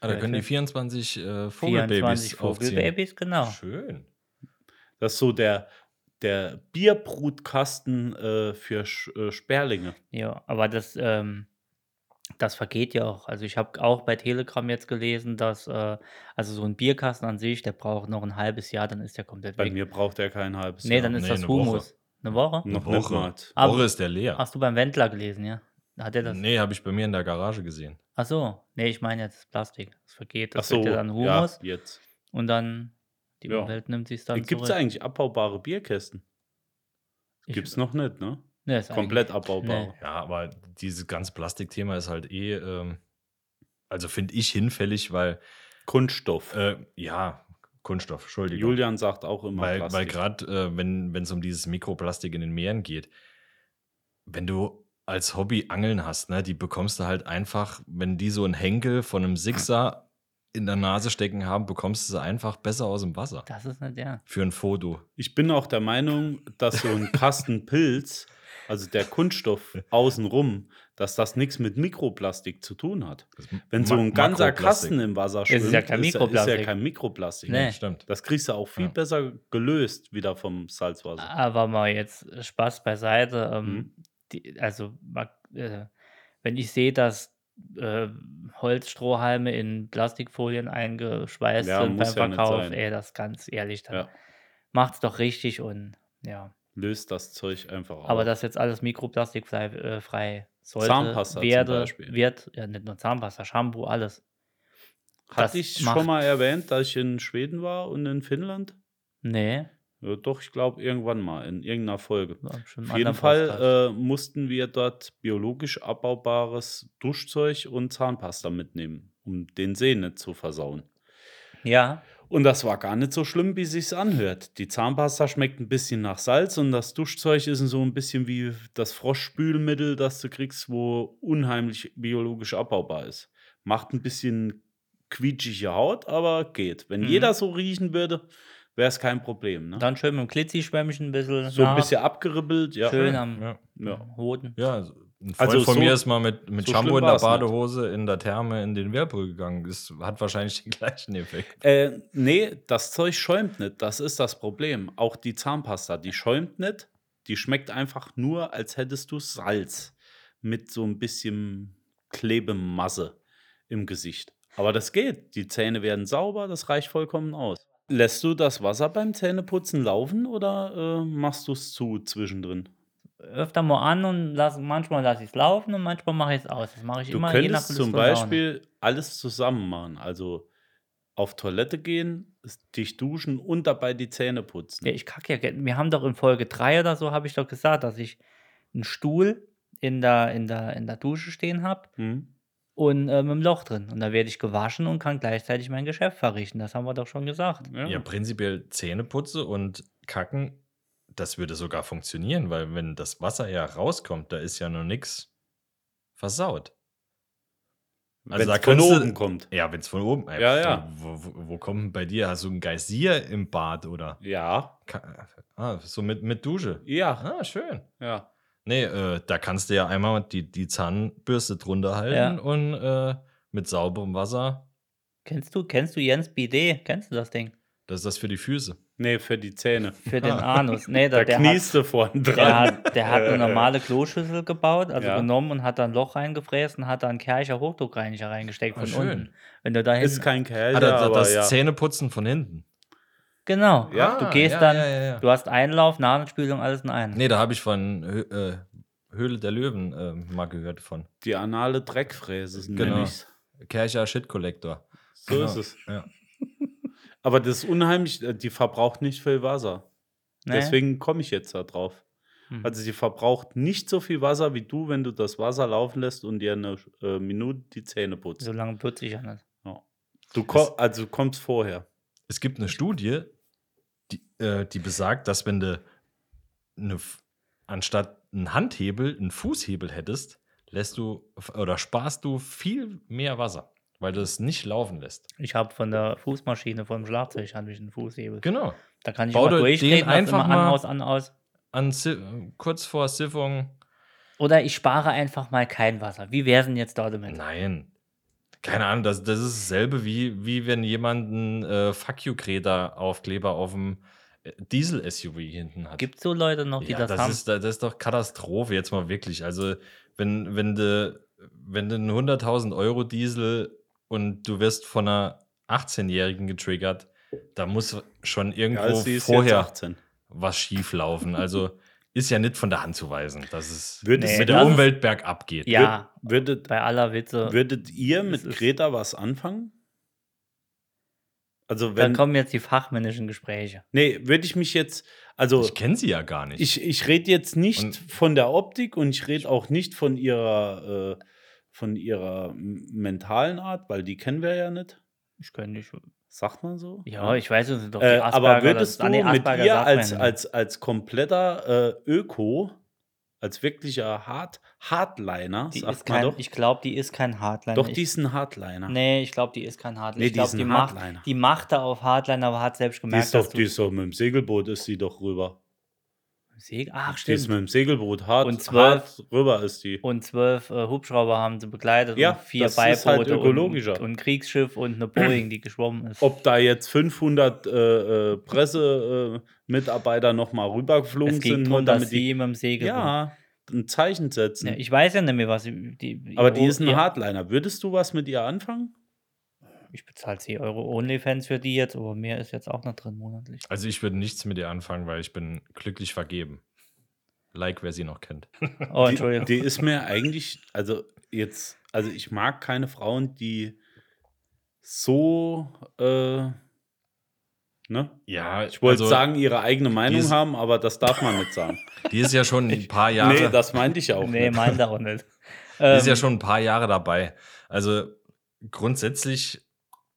S6: Ah, da können die
S5: Okay.
S6: 24 äh, Vogelbabys
S4: 24
S6: Vogelbabys,
S4: Vogelbabys, genau.
S6: Schön.
S5: Das ist so der, der Bierbrutkasten äh, für Sch äh, Sperlinge.
S4: Ja, aber das, ähm, das vergeht ja auch. Also ich habe auch bei Telegram jetzt gelesen, dass äh, also so ein Bierkasten an sich, der braucht noch ein halbes Jahr, dann ist der komplett
S5: Bei
S4: weg.
S5: mir braucht er kein halbes
S4: nee,
S5: Jahr.
S4: dann ist
S6: nee,
S4: das
S6: eine Woche.
S4: Humus. Ah, Eine Woche?
S5: Noch
S6: Eine
S5: nicht mal.
S4: Aber-
S6: Woche ist der leer.
S4: Hast du beim Wendler gelesen, ja? Hat er das?
S6: Nee, habe ich bei mir in der Garage gesehen.
S4: Ach so, nee, ich meine jetzt das Plastik. Das vergeht,
S5: Ach
S4: das
S5: so,
S4: wird ja dann Humus
S5: Ja, jetzt.
S4: und dann die
S5: Ja.
S4: Umwelt nimmt sich dann
S5: Gibt es
S4: zurück.
S5: eigentlich abbaubare Bierkästen?
S4: Ich-
S5: Gibt es noch nicht, ne?
S4: Nee, ist
S5: Komplett abbaubar.
S4: Nee.
S6: Ja, aber dieses ganze Plastikthema ist halt eh, ähm, also finde ich hinfällig, weil,
S5: Kunststoff.
S6: äh, ja, Kunststoff, Entschuldigung.
S5: Julian sagt auch immer
S6: Weil, weil
S5: Plastik.
S6: gerade, äh, wenn es um dieses Mikroplastik in den Meeren geht, wenn du als Hobby Angeln hast, ne, die bekommst du halt einfach, wenn die so einen Henkel von einem Sixer in der Nase stecken haben, bekommst du sie einfach besser aus dem Wasser.
S4: Das ist nicht der.
S6: Für ein Foto.
S5: Ich bin auch der Meinung, dass so ein
S6: *laughs*
S5: Kasten Pilz, also der Kunststoff außenrum, dass das nichts mit Mikroplastik zu tun hat. Wenn so ein
S6: Ma-
S5: ganzer
S6: Makroplastik.
S5: Kasten im Wasser
S4: ja
S5: schwimmt,
S4: kein
S5: ist, ist ja
S4: Mikroplastik.
S5: kein Mikroplastik.
S4: Nee.
S6: Stimmt.
S5: Das kriegst du auch viel
S6: Ja.
S5: besser gelöst wieder vom Salzwasser.
S4: Aber mal jetzt äh, Spaß beiseite. Ähm,
S5: Also Mhm.
S4: die, also, ma- äh, wenn ich sehe, dass äh, Holzstrohhalme in Plastikfolien eingeschweißt
S5: Ja,
S4: sind beim
S5: muss ja nicht
S4: Verkauf,
S5: sein.
S4: ey, das ganz ehrlich, dann
S5: Ja.
S4: macht's doch richtig und ja.
S5: Löst das Zeug einfach auf.
S4: Aber dass jetzt alles mikroplastikfrei äh, frei sollte,
S5: Zahnpasta zum
S4: werde,
S5: Beispiel.
S4: wird, ja, nicht nur Zahnpasta, Shampoo, alles. das
S5: Hatte ich
S4: macht-
S5: schon mal erwähnt, dass ich in Schweden war und in Finnland?
S4: Nee,
S5: Ja, doch, ich glaube, irgendwann mal, in irgendeiner Folge.
S4: war schon im
S5: Auf jeden
S4: anderen Podcast.
S5: Fall äh, mussten wir dort biologisch abbaubares Duschzeug und Zahnpasta mitnehmen, um den See nicht zu versauen.
S4: ja,
S5: Und das war gar nicht so schlimm, wie sich's anhört. Die Zahnpasta schmeckt ein bisschen nach Salz und das Duschzeug ist so ein bisschen wie das Froschspülmittel, das du kriegst, wo unheimlich biologisch abbaubar ist. Macht ein bisschen quietschige Haut, aber geht. Wenn
S4: Mhm.
S5: jeder so riechen würde, wäre es kein Problem. Ne?
S4: dann schön mit dem Klitzi-Schwämmchen ein bisschen.
S5: so ein
S4: nach,
S5: bisschen abgeribbelt, ja.
S4: schön am
S6: Ja.
S5: ja.
S4: Hoden.
S6: Ja, ein Freund
S5: Also
S6: von
S5: so-
S6: mir ist mal mit, mit
S5: so
S6: Shampoo
S5: schlimm
S6: in der
S5: war's nicht.
S6: Badehose in der Therme in den Whirlpool gegangen. Das hat wahrscheinlich den *laughs* gleichen Effekt.
S5: Äh, nee, das Zeug schäumt nicht. Das ist das Problem. Auch die Zahnpasta, die schäumt nicht. Die schmeckt einfach nur, als hättest du Salz mit so ein bisschen Klebemasse im Gesicht. Aber das geht. Die Zähne werden sauber, das reicht vollkommen aus. Lässt du das Wasser beim Zähneputzen laufen oder äh, machst du es zu zwischendrin?
S4: öfter mal an und lass, manchmal lasse ich es laufen und manchmal mache ich es aus. Das mache ich
S5: Du
S4: immer je nach
S5: könntest
S4: Lust
S5: zum
S4: und Laune.
S5: Beispiel alles zusammen machen. Also auf Toilette gehen, dich duschen und dabei die Zähne putzen.
S4: Ja, ich kacke ja. ge- Wir haben doch in Folge 3 oder so, habe ich doch gesagt, dass ich einen Stuhl in der, in der, in der Dusche stehen habe
S5: Hm?
S4: und äh, mit einem Loch drin. Und da werde ich gewaschen und kann gleichzeitig mein Geschäft verrichten. Das haben wir doch schon gesagt.
S6: Ja, prinzipiell Zähne putze und kacken, das würde sogar funktionieren, weil wenn das Wasser ja rauskommt, da ist ja noch nichts versaut. Also
S5: Wenn's
S6: da
S5: von
S6: kannst du-
S5: oben kommt.
S6: Ja, wenn es von oben. äh,
S5: Ja, ja.
S6: Wo, wo, wo kommt denn bei dir? Hast du einen Geysir im Bad oder?
S5: Ja,
S6: Ka- Ah, so mit, mit Dusche.
S5: ja,
S6: Ah, schön.
S5: ja.
S6: Nee, äh, da kannst du ja einmal die, die Zahnbürste drunter halten
S4: Ja.
S6: und äh, mit sauberem Wasser,
S4: Kennst du, kennst du Jens Bidet? Kennst du das Ding?
S6: das ist das für die Füße.
S5: Nee, für die Zähne.
S4: Für
S5: *laughs*
S4: den Anus. Nee,
S5: Da
S4: der, der, hat,
S5: kniest du vorne
S4: der,
S5: dran.
S4: hat, der hat eine normale Kloschüssel gebaut, also
S5: Ja.
S4: genommen und hat da ein Loch reingefräst und hat da einen Kercher Hochdruckreiniger reingesteckt
S6: Ah,
S4: von
S6: schön.
S4: unten. Wenn du da hin-
S5: *laughs* Ist kein Kerl,
S6: Ah, da, da,
S5: aber
S6: das
S5: ja.
S6: Zähneputzen von hinten.
S4: Genau.
S5: Ja,
S4: du
S6: Ah,
S4: gehst
S6: ja,
S4: dann,
S6: ja, ja, ja.
S4: du hast Einlauf, Nasenspülung, alles in einem.
S6: Nee, da habe ich von Hö- äh, Höhle der Löwen äh, mal gehört von.
S5: Die anale Dreckfräse sind
S6: Genau.
S5: genau. ich's.
S6: Kercher Shit Collector.
S5: So
S6: Genau.
S5: ist es.
S6: Ja.
S5: Aber das ist unheimlich, äh, die verbraucht nicht viel Wasser.
S4: Nee?
S5: Deswegen komme ich jetzt da drauf.
S4: ne? Hm.
S5: Also sie verbraucht nicht so viel Wasser wie du, wenn du das Wasser laufen lässt und dir eine äh, Minute die Zähne putzt.
S4: so lange putze ich ja nicht.
S5: Du ko also du kommst vorher.
S6: Es gibt eine Studie, die, äh, die besagt, dass wenn du eine, F- anstatt einen Handhebel einen Fußhebel hättest, lässt du f- oder sparst du viel mehr Wasser, weil du es nicht laufen lässt.
S4: Ich habe von der Fußmaschine vom Schlagzeug habe ich einen Fußhebel.
S6: Genau.
S4: Da kann ich
S6: Bau
S4: immer
S6: dir
S4: durchdrehen,
S6: den
S4: lass
S6: einfach
S4: immer an,
S6: mal-
S4: aus, an, aus.
S6: An Si- kurz vor Siphon.
S4: Oder ich spare einfach mal kein Wasser. Wie wär's denn jetzt da damit?
S6: Nein. Keine Ahnung, das, das ist dasselbe wie, wie wenn jemand einen äh, Fuck you Kreta Aufkleber auf dem äh, Diesel-SUV hinten hat.
S4: Gibt so Leute noch, die
S6: ja,
S4: das,
S6: das,
S4: haben?
S6: ist, das ist doch Katastrophe, jetzt mal wirklich. Also, wenn, wenn du wenn du einen 100.000 Euro Diesel und du wirst von einer 18-Jährigen getriggert, da muss schon irgendwo
S5: also, sie ist jetzt
S6: vorher
S5: 18.
S6: was schief laufen. Also ist ja nicht von der Hand zu weisen, dass es
S5: Würdest
S4: Nee,
S6: mit
S5: du
S6: der
S4: das-
S6: Umwelt bergab geht.
S4: ja, Also,
S5: würdet,
S4: bei aller Witze.
S5: würdet
S4: Es
S5: ihr mit
S4: ist-
S5: Greta was anfangen? Also
S4: Da
S5: wenn,
S4: kommen jetzt die fachmännischen Gespräche.
S5: nee, würde ich mich jetzt, also
S6: Ich kenne sie ja gar nicht.
S5: ich, ich rede jetzt nicht
S6: Und-
S5: von der Optik und ich rede auch nicht von ihrer, äh, von ihrer m- mentalen Art, weil die kennen wir ja nicht.
S4: Ich kann nicht.
S5: Sagt man so?
S4: Ja, ich weiß es doch. die
S5: Äh, aber
S4: Asperger,
S5: würdest
S4: das-
S5: du
S4: ah, nee,
S5: mit
S4: Asperger
S5: ihr
S4: sagt
S5: als,
S4: man.
S5: als, als kompletter äh, Öko, als wirklicher Hard, Hardliner,
S4: die ist
S5: sagt man
S4: kein,
S5: doch,
S4: ich glaube, die ist kein Hardliner.
S5: doch,
S4: Ich-
S5: die ist ein Hardliner.
S4: Nee, ich glaube, die ist kein Hardliner.
S5: Nee,
S4: ich
S5: die
S4: glaube,
S5: ist ein
S4: die, macht,
S5: Hardliner.
S4: die macht da auf Hardliner, aber hat selbst
S5: die,
S4: gemerkt,
S5: ist doch,
S4: dass du
S5: die ist doch mit dem Segelboot, ist sie doch rüber.
S4: Segel- Ach,
S5: Die ist mit
S4: stimmt.
S5: dem Segelboot hart,
S4: Und zwölf-
S5: hart rüber ist die.
S4: Und zwölf äh, Hubschrauber haben sie begleitet
S5: Ja,
S4: und vier
S5: das ist halt
S4: Beiboote
S5: ökologischer.
S4: und, und ein Kriegsschiff und eine Boeing, die geschwommen ist.
S5: Ob da jetzt 500 äh, äh, Pressemitarbeiter äh, Mitarbeiter noch mal rübergeflogen
S4: es ging
S5: sind,
S4: darum,
S5: nur
S4: dass
S5: damit
S4: sie
S5: die
S4: mit dem Segel.
S5: ja, ein Zeichen setzen.
S4: Ja, ich weiß ja nicht mehr, was sie- die,
S5: Aber die
S4: ihr-
S5: ist ein
S4: ihr-
S5: Hardliner. Würdest du was mit ihr anfangen?
S4: Ich bezahle 10 Euro Onlyfans für die jetzt, aber mehr ist jetzt auch noch drin
S5: *laughs*
S4: monatlich.
S6: also ich würde nichts mit ihr anfangen, weil ich bin glücklich vergeben. Like, wer sie noch kennt.
S4: Oh,
S5: die,
S4: Entschuldigung.
S5: die ist mir eigentlich, also jetzt, also ich mag keine Frauen, die so, äh, ne?
S6: Ja,
S5: Ich wollte
S6: also,
S5: sagen, ihre eigene Meinung
S6: ist-
S5: haben, aber das darf man nicht sagen.
S6: Die ist ja schon ein paar Jahre.
S5: Nee, das meinte ich auch
S4: nee,
S5: nicht.
S4: meint er auch nicht.
S6: Die *laughs* ist ja
S4: Ähm,
S6: schon ein paar Jahre dabei. Also grundsätzlich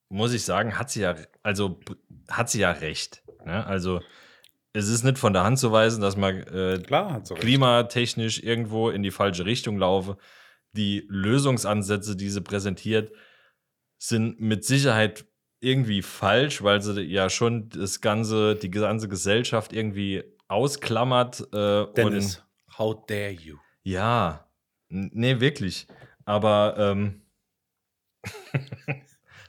S6: muss ich sagen, hat sie ja, also b- hat sie ja recht. Ne? Also es ist nicht von der Hand zu weisen, dass man äh,
S5: Klar, hat sie recht.
S6: klimatechnisch irgendwo in die falsche Richtung laufe. Die Lösungsansätze, die sie präsentiert, sind mit Sicherheit irgendwie falsch, weil sie ja schon das ganze, die ganze Gesellschaft irgendwie ausklammert. Äh, und
S5: Dennis, how dare you?
S6: ja, N- nee, wirklich. Aber ähm, *laughs*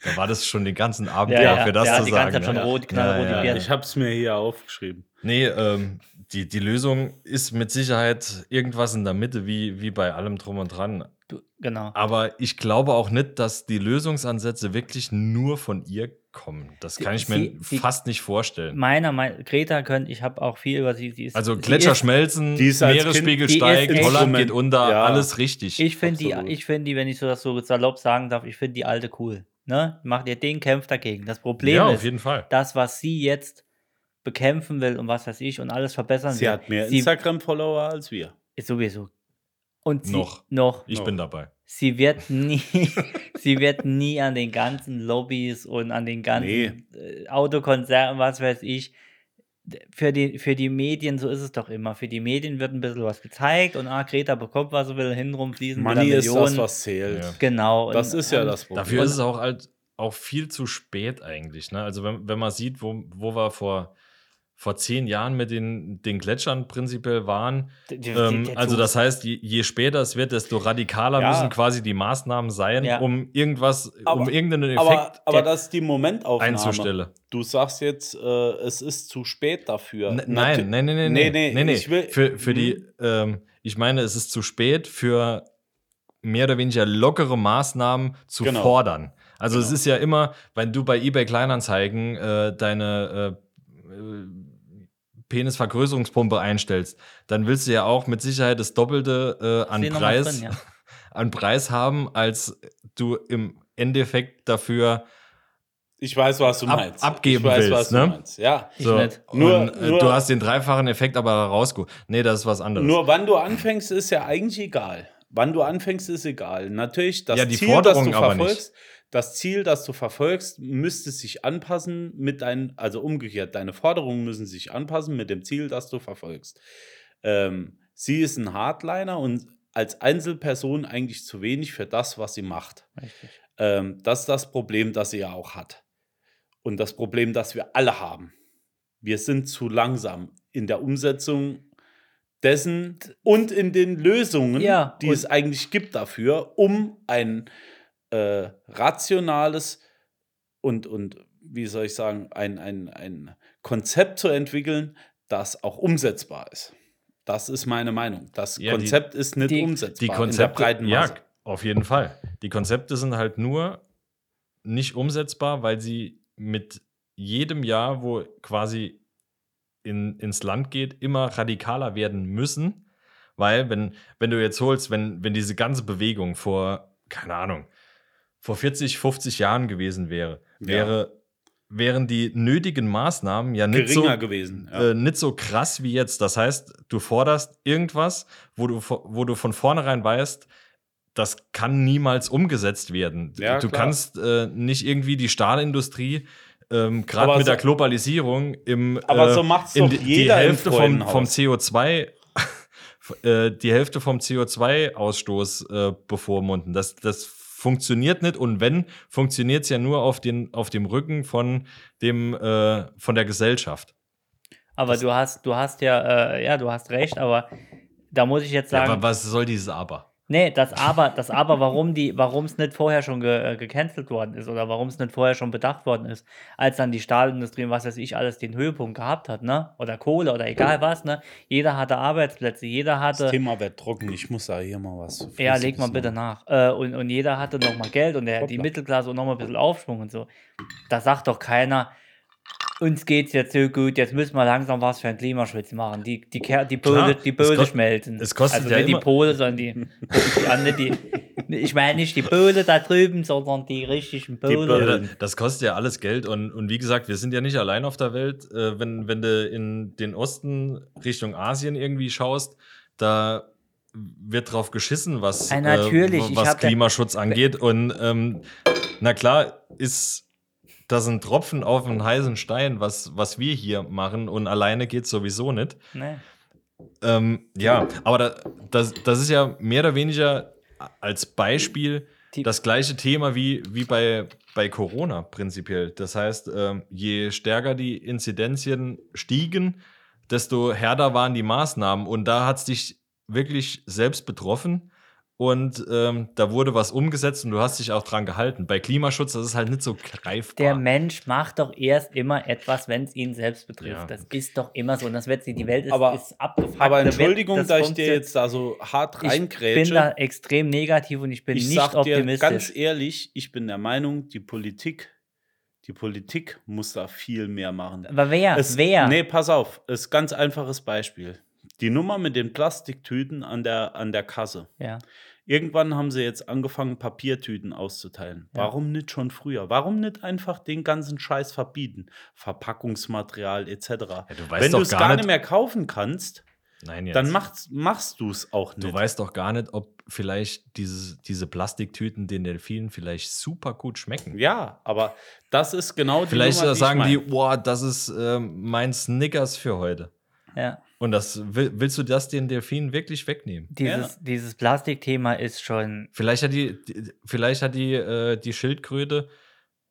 S6: da war das schon den ganzen Abend
S4: Ja,
S6: klar,
S4: ja,
S6: für das
S4: ja,
S6: zu
S4: die ganze
S6: sagen.
S4: Zeit schon
S6: ne?
S4: rot, knallrot, die Birne.
S5: Ich habe es mir hier aufgeschrieben.
S6: Nee, ähm, die, die Lösung ist mit Sicherheit irgendwas in der Mitte, wie, wie bei allem drum und dran.
S4: du, genau.
S6: Aber ich glaube auch nicht, dass die Lösungsansätze wirklich nur von ihr kommen. Das kann ich mir
S4: sie- sie-
S6: fast nicht vorstellen.
S4: Meiner Meinung Greta könnte, ich habe auch viel über sie. sie ist,
S6: Also
S4: sie
S6: Gletscher
S4: ist,
S6: schmelzen,
S5: die ist als
S6: Meeresspiegel
S4: Kind- die ist
S6: steigt,
S4: echt-
S6: Holland geht unter,
S5: Ja.
S6: alles richtig.
S4: Ich finde die,
S5: Absolut.
S4: ich find die, wenn ich so das so salopp sagen darf, ich finde die alte cool. Ne? Macht ihr den kämpft dagegen. Das Problem
S6: ja, auf
S4: ist,
S6: jeden Fall.
S4: das, was sie jetzt bekämpfen will und was weiß ich und alles verbessern
S5: Sie
S4: will.
S5: hat mehr
S4: sie,
S5: Instagram-Follower als wir.
S4: Sowieso. Und sie,
S6: Noch.
S4: noch.
S5: Genau.
S6: Ich bin dabei.
S4: Sie wird nie, *laughs* sie wird nie an den ganzen Lobbys und an den ganzen äh, Autokonzernen, was weiß ich. Für die, für die Medien, so ist es doch immer. Für die Medien wird ein bisschen was gezeigt und ah, Greta bekommt, was sie will, hinrum fließen wieder
S5: Money ist das,
S4: Millionen.
S5: was zählt.
S6: Ja.
S4: Genau. und-
S5: Das ist ja
S4: und-
S5: das Problem.
S6: Dafür ist es auch halt auch viel zu spät eigentlich. Ne? Also wenn, wenn man sieht, wo, wo wir vor, vor zehn Jahren mit den, den Gletschern prinzipiell waren,
S4: Die- die-
S6: ähm,
S4: der
S6: also
S4: Zug-
S6: das heißt, je, je später es wird, desto radikaler
S5: Ja.
S6: müssen quasi die Maßnahmen sein,
S4: Ja.
S6: um irgendwas, um
S5: Aber-
S6: irgendeinen
S5: aber,
S6: Effekt
S5: aber das ist die Momentaufnahme.
S6: einzustellen.
S5: Du sagst jetzt, äh, es ist zu spät dafür.
S6: N-
S5: Natu-
S6: Nein, nein, nein, nein,
S5: Nee,
S6: nein,
S5: nee,
S6: nein, nein.
S5: ich will-
S6: für, für die,
S5: Mhm.
S6: ähm, ich meine, es ist zu spät für mehr oder weniger lockere Maßnahmen zu
S5: Genau.
S6: fordern. Also es ist ja immer, wenn du bei eBay Kleinanzeigen äh, deine äh, äh, Penisvergrößerungspumpe einstellst, dann willst du ja auch mit Sicherheit das Doppelte äh, an
S4: Steh noch mal
S6: Preis
S4: drin, ja.
S6: *laughs* an Preis haben, als du im Endeffekt dafür
S5: Ich weiß, was du
S6: Ab-
S5: meinst.
S6: abgeben
S5: ich weiß,
S6: willst,
S5: was
S6: ne?
S5: du meinst. Ja.
S4: Ich
S6: so,
S4: nicht.
S6: und,
S5: Nur-
S6: äh,
S5: nur-
S6: du hast den dreifachen Effekt aber rausgeholt. Nee, das ist was anderes.
S5: Nur wann du anfängst, ist ja eigentlich egal. Wann du anfängst, ist egal. Natürlich, das
S6: Ja, die
S5: Ziel,
S6: Forderung
S5: das du
S6: aber
S5: verfolgst, das Ziel, das du verfolgst, müsste sich anpassen mit deinen, also umgekehrt, deine Forderungen müssen sich anpassen mit dem Ziel, das du verfolgst. Ähm, sie ist ein Hardliner und als Einzelperson eigentlich zu wenig für das, was sie macht. Ähm, das ist das Problem, das sie ja auch hat. Und das Problem, das wir alle haben. Wir sind zu langsam in der Umsetzung dessen und in den Lösungen,
S4: Ja,
S5: die
S4: und-
S5: es eigentlich gibt dafür, um ein äh, rationales und, und, wie soll ich sagen, ein, ein, ein Konzept zu entwickeln, das auch umsetzbar ist. Das ist meine Meinung. Das
S6: Ja, die-
S5: Konzept ist nicht
S4: die-
S5: umsetzbar
S6: die
S5: in der
S6: Konzepte,
S5: breiten Masse.
S6: ja, auf jeden Fall. Die Konzepte sind halt nur nicht umsetzbar, weil sie mit jedem Jahr, wo quasi in, ins Land geht, immer radikaler werden müssen. Weil, wenn, wenn du jetzt holst, wenn, wenn diese ganze Bewegung vor, keine Ahnung, vor 40, 50 Jahren gewesen wäre,
S5: Ja.
S6: wäre, wären die nötigen Maßnahmen ja nicht
S5: Geringer
S6: so,
S5: gewesen, ja.
S6: äh, nicht so krass wie jetzt. Das heißt, du forderst irgendwas, wo du, vo- wo du von vornherein weißt, das kann niemals umgesetzt werden.
S5: Ja,
S6: du
S5: klar.
S6: kannst äh, nicht irgendwie die Stahlindustrie ähm, gerade
S5: Aber
S6: mit
S5: so-
S6: der Globalisierung im
S5: Aber
S6: äh,
S5: so macht's
S6: in
S5: doch
S6: die-
S5: jeder
S6: die
S5: im
S6: Hälfte vom, vom
S5: Freudenhaus.
S6: CO2 *laughs* äh, die Hälfte vom CO2-Ausstoß äh, bevormunden. Das, das funktioniert nicht und wenn, funktioniert es ja nur auf, den, auf dem Rücken von, dem, äh, von der Gesellschaft.
S4: Aber du hast, du hast ja, äh, ja, du hast recht, aber da muss ich jetzt
S6: Ja,
S4: sagen.
S6: aber was soll dieses Aber?
S4: Nee, das aber, das aber, warum die, warum es nicht vorher schon ge, äh, gecancelt worden ist oder warum es nicht vorher schon bedacht worden ist, als dann die Stahlindustrie und was weiß ich alles den Höhepunkt gehabt hat, ne? Oder Kohle oder egal was, ne? Jeder hatte Arbeitsplätze, jeder
S5: Das
S4: hatte.
S5: Thema wird trocken. Ich muss da hier mal was.
S4: Ja, leg mal bitte nach. Äh, und, und jeder hatte nochmal Geld und der, die
S5: Hoppla.
S4: Mittelklasse und nochmal ein bisschen Aufschwung und so. Da sagt doch keiner, uns geht's jetzt so gut, jetzt müssen wir langsam was für den Klimaschutz machen. Die, die, Ker die
S6: Klar,
S4: Pöle, die
S6: es
S4: Pöle
S6: kos-
S4: schmelzen.
S6: es kostet
S4: also
S6: ja
S4: nicht
S6: immer-
S4: die Pole, sondern die, die andere, die. Ich meine nicht die Pöle da drüben, sondern die richtigen
S6: Ja, da-
S4: Pöle.
S6: das kostet ja alles Geld und, und wie gesagt, wir sind ja nicht allein auf der Welt. Äh, wenn, wenn du in den Osten Richtung Asien irgendwie schaust, da wird drauf geschissen, was, äh,
S4: Ah, natürlich. Ich
S6: was
S4: hab ja-
S6: Klimaschutz angeht. Und ähm, na klar, ist das ein Tropfen auf einen heißen Stein, was, was wir hier machen und alleine geht sowieso nicht.
S4: Ne?
S6: Ähm, ja, aber da, das, das ist ja mehr oder weniger als Beispiel
S4: Die-
S6: das gleiche Thema wie, wie bei, bei Corona prinzipiell. Das heißt, ähm, je stärker die Inzidenzien stiegen, desto härter waren die Maßnahmen. Und da hat es dich wirklich selbst betroffen. Und ähm, da wurde was umgesetzt und du hast dich auch dran gehalten. Bei Klimaschutz, das ist halt nicht so greifbar.
S4: Der Mensch macht doch erst immer etwas, wenn es ihn selbst betrifft.
S6: Ja.
S4: Das ist doch immer so. Und das wird sie, die Welt ist,
S5: Aber-
S4: ist abgefuckt.
S5: Aber
S4: Eine Welt,
S5: Entschuldigung,
S4: das
S5: da ich dir
S4: funktioniert-
S5: jetzt da so hart
S4: Ich bin da
S5: reinkrätsche.
S4: extrem negativ und ich bin
S5: Ich,
S4: nicht
S5: sag dir
S4: optimistisch.
S5: ganz ehrlich, ich bin der Meinung, die Politik, die Politik muss da viel mehr machen.
S4: aber wer?
S5: Es,
S4: wer?
S5: Nee, pass auf, ist ganz einfaches Beispiel. Die Nummer mit den Plastiktüten an der, an der Kasse.
S4: Ja.
S5: Irgendwann haben sie jetzt angefangen, Papiertüten auszuteilen.
S4: Ja.
S5: Warum nicht schon früher? Warum nicht einfach den ganzen Scheiß verbieten? Verpackungsmaterial etc.
S6: du weißt
S5: Wenn du
S6: doch
S5: es
S6: gar
S5: gar nicht
S6: nicht-
S5: mehr kaufen kannst,
S6: Nein, jetzt.
S5: dann machst, machst du es auch nicht.
S6: Du weißt doch gar nicht, ob vielleicht dieses, diese Plastiktüten den Delfinen vielleicht super gut schmecken.
S5: ja, aber das ist genau die
S6: vielleicht
S5: Nummer,
S6: äh, sagen
S5: ich
S6: die,
S5: mein.
S6: boah, das ist ähm, mein Snickers für heute.
S4: ja.
S6: Und das will, willst du das den Delfinen wirklich wegnehmen?
S4: Dieses, dieses Plastikthema ist schon.
S6: Vielleicht hat die, die vielleicht hat die, äh, die Schildkröte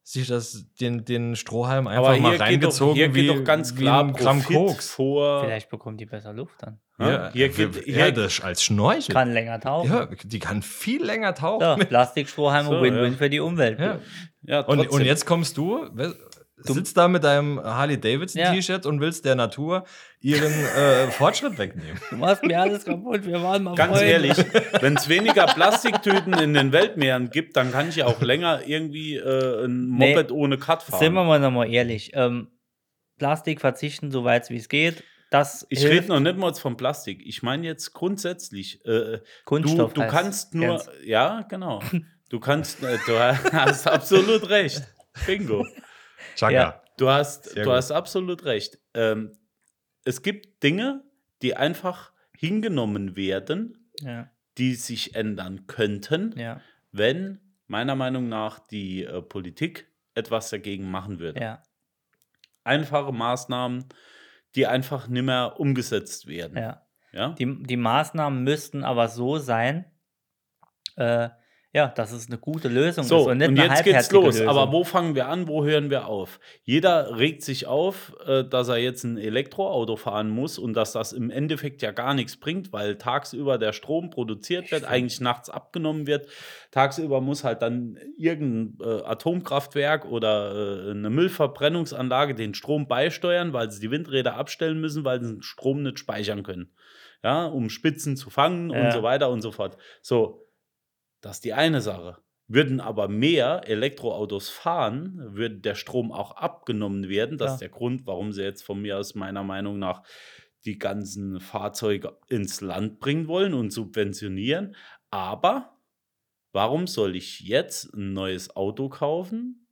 S6: sich das den, den Strohhalm einfach
S5: aber
S6: mal
S5: hier geht doch,
S6: reingezogen
S5: hier
S6: wie,
S5: geht doch ganz
S6: wie
S5: klar
S6: ein Gramm
S5: Profit
S6: Koks.
S5: vor.
S4: Vielleicht bekommt die besser Luft dann.
S5: Ja, hier geht,
S6: ja,
S5: hier,
S6: das als Schnorchel.
S4: Kann länger tauchen.
S6: ja, die kann viel länger tauchen.
S4: So, Plastikstrohhalme,
S5: So,
S4: Win-Win
S5: ja.
S4: für die Umwelt.
S6: Ja.
S5: ja,
S6: Und,
S5: trotzdem.
S6: und jetzt kommst du, we- sitzt da mit deinem Harley Davidson
S4: Ja.
S6: T-Shirt und willst der Natur ihren
S5: *laughs*
S6: äh, Fortschritt wegnehmen.
S4: Du machst mir alles kaputt, wir waren mal
S5: Ganz
S4: Freunde. *laughs*
S5: ehrlich, wenn es weniger Plastiktüten in den Weltmeeren gibt, dann kann ich ja auch länger irgendwie äh, ein
S4: Nee.
S5: Moped ohne Cut fahren.
S4: Sind wir mal nochmal ehrlich. Ähm, Plastik verzichten, soweit es wie es geht. Das
S5: ich
S4: hilft.
S5: rede noch nicht mal jetzt von Plastik. Ich meine jetzt grundsätzlich. Äh, du,
S4: Kunststoff
S5: du
S4: heißt
S5: kannst nur.
S4: ganz-
S5: Ja, genau. Du kannst. Äh, du *laughs* hast absolut recht. Bingo.
S6: Chaka.
S4: Ja.
S5: Du hast,
S6: Sehr
S5: du
S6: gut.
S5: hast absolut recht. Ähm, es gibt Dinge, die einfach hingenommen werden,
S4: Ja,
S5: die sich ändern könnten.
S4: ja,
S5: wenn meiner Meinung nach die äh, Politik etwas dagegen machen würde.
S4: ja.
S5: Einfache Maßnahmen, die einfach nimmer umgesetzt werden.
S4: ja.
S5: Ja?
S4: Die, die Maßnahmen müssten aber so sein, äh, ja, dass es eine gute Lösung ist
S5: So,
S4: und
S5: und,
S4: nicht eine
S5: jetzt geht's
S4: halbherzige
S5: los.
S4: Lösung.
S5: Aber wo fangen wir an? Wo hören wir auf? Jeder regt sich auf, äh, dass er jetzt ein Elektroauto fahren muss und dass das im Endeffekt ja gar nichts bringt, weil tagsüber der Strom produziert wird, eigentlich nachts abgenommen wird. Tagsüber muss halt dann irgendein äh, Atomkraftwerk oder äh, eine Müllverbrennungsanlage den Strom beisteuern, weil sie die Windräder abstellen müssen, weil sie den Strom nicht speichern können. Ja, um Spitzen zu fangen
S4: Ja.
S5: und so weiter und so fort. So, das ist die eine Sache. Würden aber mehr Elektroautos fahren, würde der Strom auch abgenommen werden. Das
S4: Ja.
S5: ist der Grund, warum sie jetzt von mir aus meiner Meinung nach die ganzen Fahrzeuge ins Land bringen wollen und subventionieren. Aber warum soll ich jetzt ein neues Auto kaufen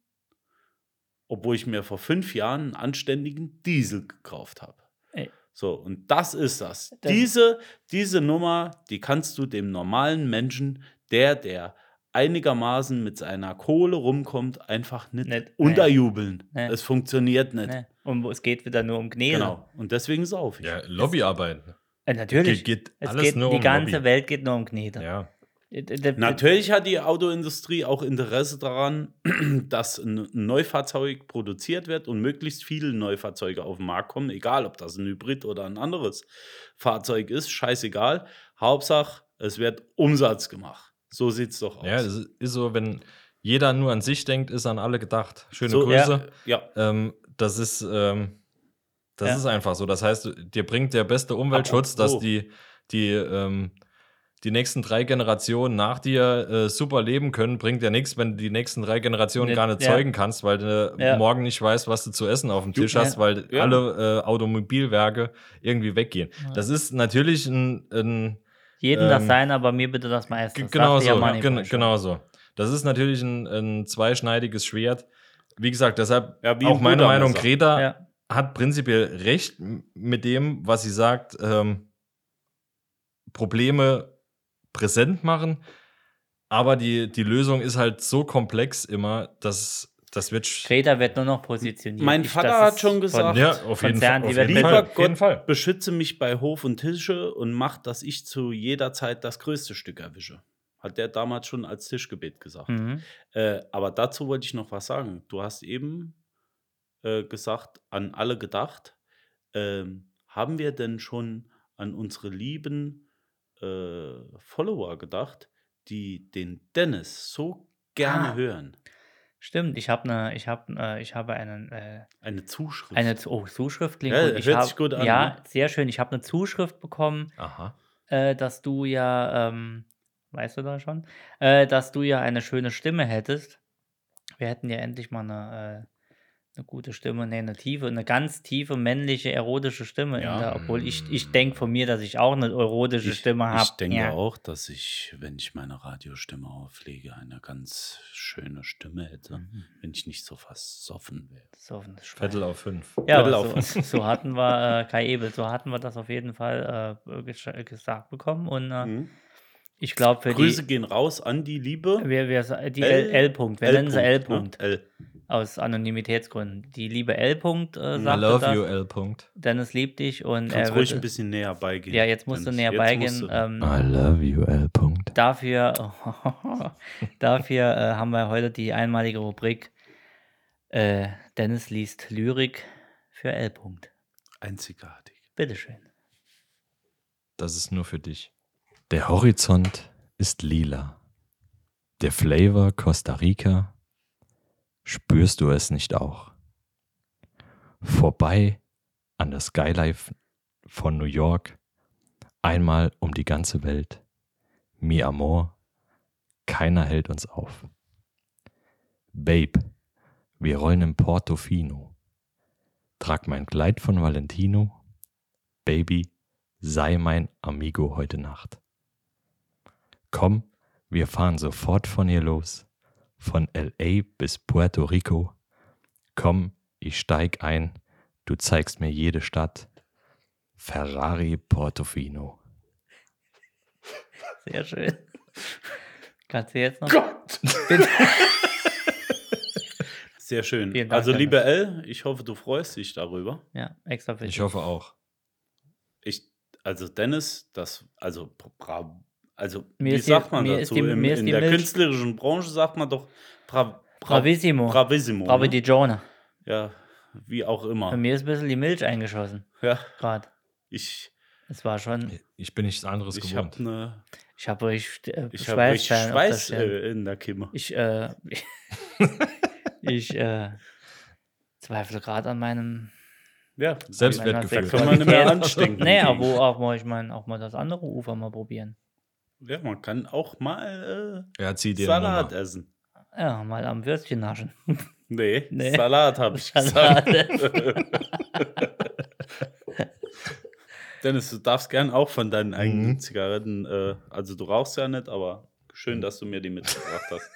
S5: obwohl ich mir vor fünf Jahren einen anständigen Diesel gekauft habe.
S4: Ey.
S5: So, und das ist das.
S4: Das-
S5: diese, diese Nummer, die kannst du dem normalen Menschen, der, der einigermaßen mit seiner Kohle rumkommt, einfach nicht,
S4: Nicht,
S5: unterjubeln.
S4: nee.
S5: Es funktioniert nicht.
S4: Ne? Und wo- es geht wieder nur um Gnede.
S5: Genau. Und deswegen ist auf.
S6: Ja, Lobbyarbeit.
S4: Äh, natürlich.
S6: Geht- geht
S4: es
S6: alles
S4: geht,
S6: nur
S4: die
S6: um
S4: ganze
S6: Lobby.
S4: Welt geht nur um Gnede.
S6: Ja.
S4: D- d- d-
S5: Natürlich hat die Autoindustrie auch Interesse daran, *clears throat* dass ein Neufahrzeug produziert wird und möglichst viele Neufahrzeuge auf den Markt kommen, egal ob das ein Hybrid oder ein anderes Fahrzeug ist, scheißegal. Hauptsache, es wird Umsatz gemacht. So sieht es doch aus.
S6: Ja, es ist so, wenn jeder nur an sich denkt, ist an alle gedacht. Schöne
S5: so,
S6: Grüße.
S5: Ja,
S6: Ähm, das ist, ähm, das
S4: Ja. Oh,
S6: ist einfach so. Das heißt, dir bringt der beste Umweltschutz, dass
S5: Apropos.
S6: die, die, ähm, die nächsten drei Generationen nach dir äh, super leben können, bringt dir nichts, wenn du die nächsten drei Generationen
S4: Nee,
S6: gar nicht
S4: ja.
S6: zeugen kannst, weil du
S4: Ja.
S6: morgen nicht weißt, was du zu essen auf dem Tisch hast,
S4: ja.
S6: weil
S5: Ja.
S6: alle äh, Automobilwerke irgendwie weggehen. Das ist natürlich ein, ein
S4: Jeden das
S6: ähm,
S4: sein, aber mir bitte das meiste.
S6: G-
S4: Das
S6: Genau
S4: sagte ja
S6: so,
S4: Money
S6: gen
S4: Boy schon.
S6: genau so. Das ist natürlich ein, ein zweischneidiges Schwert. Wie gesagt, deshalb
S5: Ja, wie
S6: auch
S5: ein
S6: meine
S5: Buddha
S6: Meinung,
S5: Messer.
S6: Greta
S4: also. Ja.
S6: hat prinzipiell recht m- mit dem, was sie sagt, ähm, Probleme präsent machen. Aber die, die Lösung ist halt so komplex immer, dass das wird sch-
S4: Greta wird nur noch positioniert.
S5: Mein
S4: Ich-
S5: Vater
S4: das
S5: hat
S4: ist
S5: schon gesagt,
S4: von-
S6: ja, auf jeden,
S4: Konzern,
S6: Fall, auf
S4: die werden
S6: jeden Fall.
S5: lieber
S6: Auf jeden
S5: Gott
S6: Fall.
S5: beschütze mich bei Hof und Tische und mach, dass ich zu jeder Zeit das größte Stück erwische. Hat der damals schon als Tischgebet gesagt.
S6: Hm.
S4: Mhm.
S5: Äh, aber dazu wollte ich noch was sagen. Du hast eben äh, gesagt, an alle gedacht. Ähm, haben wir denn schon an unsere lieben äh, Follower gedacht, die den Dennis so gerne
S4: Ah.
S5: hören?
S4: Stimmt, ich habe eine, ich habe, äh, ich habe einen, äh,
S5: Eine Zuschrift.
S4: eine Zu- oh, Zuschrift klingt
S5: Ja,
S4: gut. Ich
S5: hört
S4: hab,
S5: sich gut an,
S4: Ja,
S5: ne?
S4: sehr schön. Ich habe eine Zuschrift bekommen,
S6: Aha.
S4: äh, dass du ja, ähm, weißt du da schon, äh, dass du ja eine schöne Stimme hättest. Wir hätten ja endlich mal eine, äh, eine gute Stimme, nee, eine tiefe, eine ganz tiefe männliche erotische Stimme.
S5: Ja.
S4: In der, obwohl ich, ich denke von mir, dass ich auch eine erotische
S5: ich,
S4: Stimme habe.
S5: ich denke
S4: ja.
S5: auch, dass ich, wenn ich meine Radiostimme auflege, eine ganz schöne Stimme hätte,
S4: Mhm.
S5: wenn ich nicht so versoffen wäre.
S4: So, das Schwein.
S6: Vettel auf fünf.
S4: Ja,
S5: Viertel
S4: aber
S5: auf.
S4: so,
S5: *laughs*
S4: so hatten wir, äh, Kai Ebel, so hatten wir das auf jeden Fall äh, gesch- gesagt bekommen. Und äh, ich glaube, für
S5: Mhm. Grüße
S4: die.
S5: gehen raus an die Liebe.
S4: Wir, wir, die
S5: L-
S4: L- L-Punkt, wir nennen sie L-Punkt
S5: L-Punkt, ne? L.
S4: aus Anonymitätsgründen. Die liebe L-Punkt äh,
S6: I
S4: sagte
S6: love
S4: das.
S6: you, L. Punkt.
S4: Dennis liebt dich und
S5: Kannst
S4: er
S5: ruhig
S4: wird,
S5: ein bisschen näher beigehen.
S4: Ja, jetzt musst du
S5: Dennis.
S4: näher
S5: Jetzt
S4: beigehen.
S5: musst du-
S4: Ähm,
S6: I love you, L. Punkt.
S4: dafür *laughs* dafür äh, haben wir heute die einmalige Rubrik äh, Dennis liest Lyrik für L-Punkt.
S5: Einzigartig.
S4: Bitteschön.
S6: Das ist nur für dich. Der Horizont ist lila. Der Flavor Costa Rica. Spürst du es nicht auch? Vorbei an der Skylife von New York. Einmal um die ganze Welt. Mi amor. Keiner hält uns auf. Babe, wir rollen in Portofino. Trag mein Kleid von Valentino. Baby, sei mein Amigo heute Nacht. Komm, wir fahren sofort von hier los, von LA bis Puerto Rico. Komm, ich steig ein, du zeigst mir jede Stadt. Ferrari Portofino.
S4: Sehr schön. *laughs* Kannst du jetzt noch?
S5: Sehr schön.
S4: Vielen Dank,
S5: also,
S4: Dennis.
S5: liebe L, ich hoffe, du freust dich darüber.
S4: Ja, extra für dich.
S6: hoffe auch.
S5: Ich, also, Dennis, das, also, bra, also
S4: Mir
S5: wie
S4: ist die-
S5: sagt man
S4: mir
S5: dazu?
S4: ist die-
S5: Im,
S4: mir ist
S5: in
S4: die
S5: der
S4: Milch-
S5: künstlerischen Branche sagt man doch bra, bra,
S4: Bravissimo.
S5: bravissimo.
S4: Bravo
S5: ne?
S4: die Jonah.
S5: Ja, wie auch
S4: Bei
S5: immer.
S4: mir ist ein bisschen die Milch eingeschossen.
S5: Ja,
S4: Gerade.
S5: ich
S4: Es war schon.
S6: Ich bin nichts anderes
S5: ich habe eine
S4: Ich habe euch äh,
S5: ich hab
S4: Schweißperlen auf
S5: richtig
S4: der
S5: Schweiß
S4: Stirn.
S5: äh, in der Kimme.
S4: Ich, äh, ich äh, zweifle gerade an meinem
S5: Ja,
S6: Selbstwertgefühl.
S4: meiner
S5: Da kann man nicht mehr
S4: Sexualität. *laughs*
S5: anstinken
S4: Nee,
S5: gegen.
S4: aber wo auch mal, ich meine, auch mal das andere Ufer mal probieren.
S5: ja, man kann auch mal
S6: Ja, zieh
S5: äh,
S6: dir
S5: Salat essen.
S4: Ja, mal am Würstchen naschen. *laughs*
S5: Nee,
S4: Nee.
S5: Salat habe ich gesagt.
S4: Salat.
S5: *laughs* Dennis, du darfst gern auch von deinen eigenen
S6: Mhm.
S5: Zigaretten, äh, also du rauchst ja nicht, Mhm. aber schön, dass du mir die mitgebracht hast.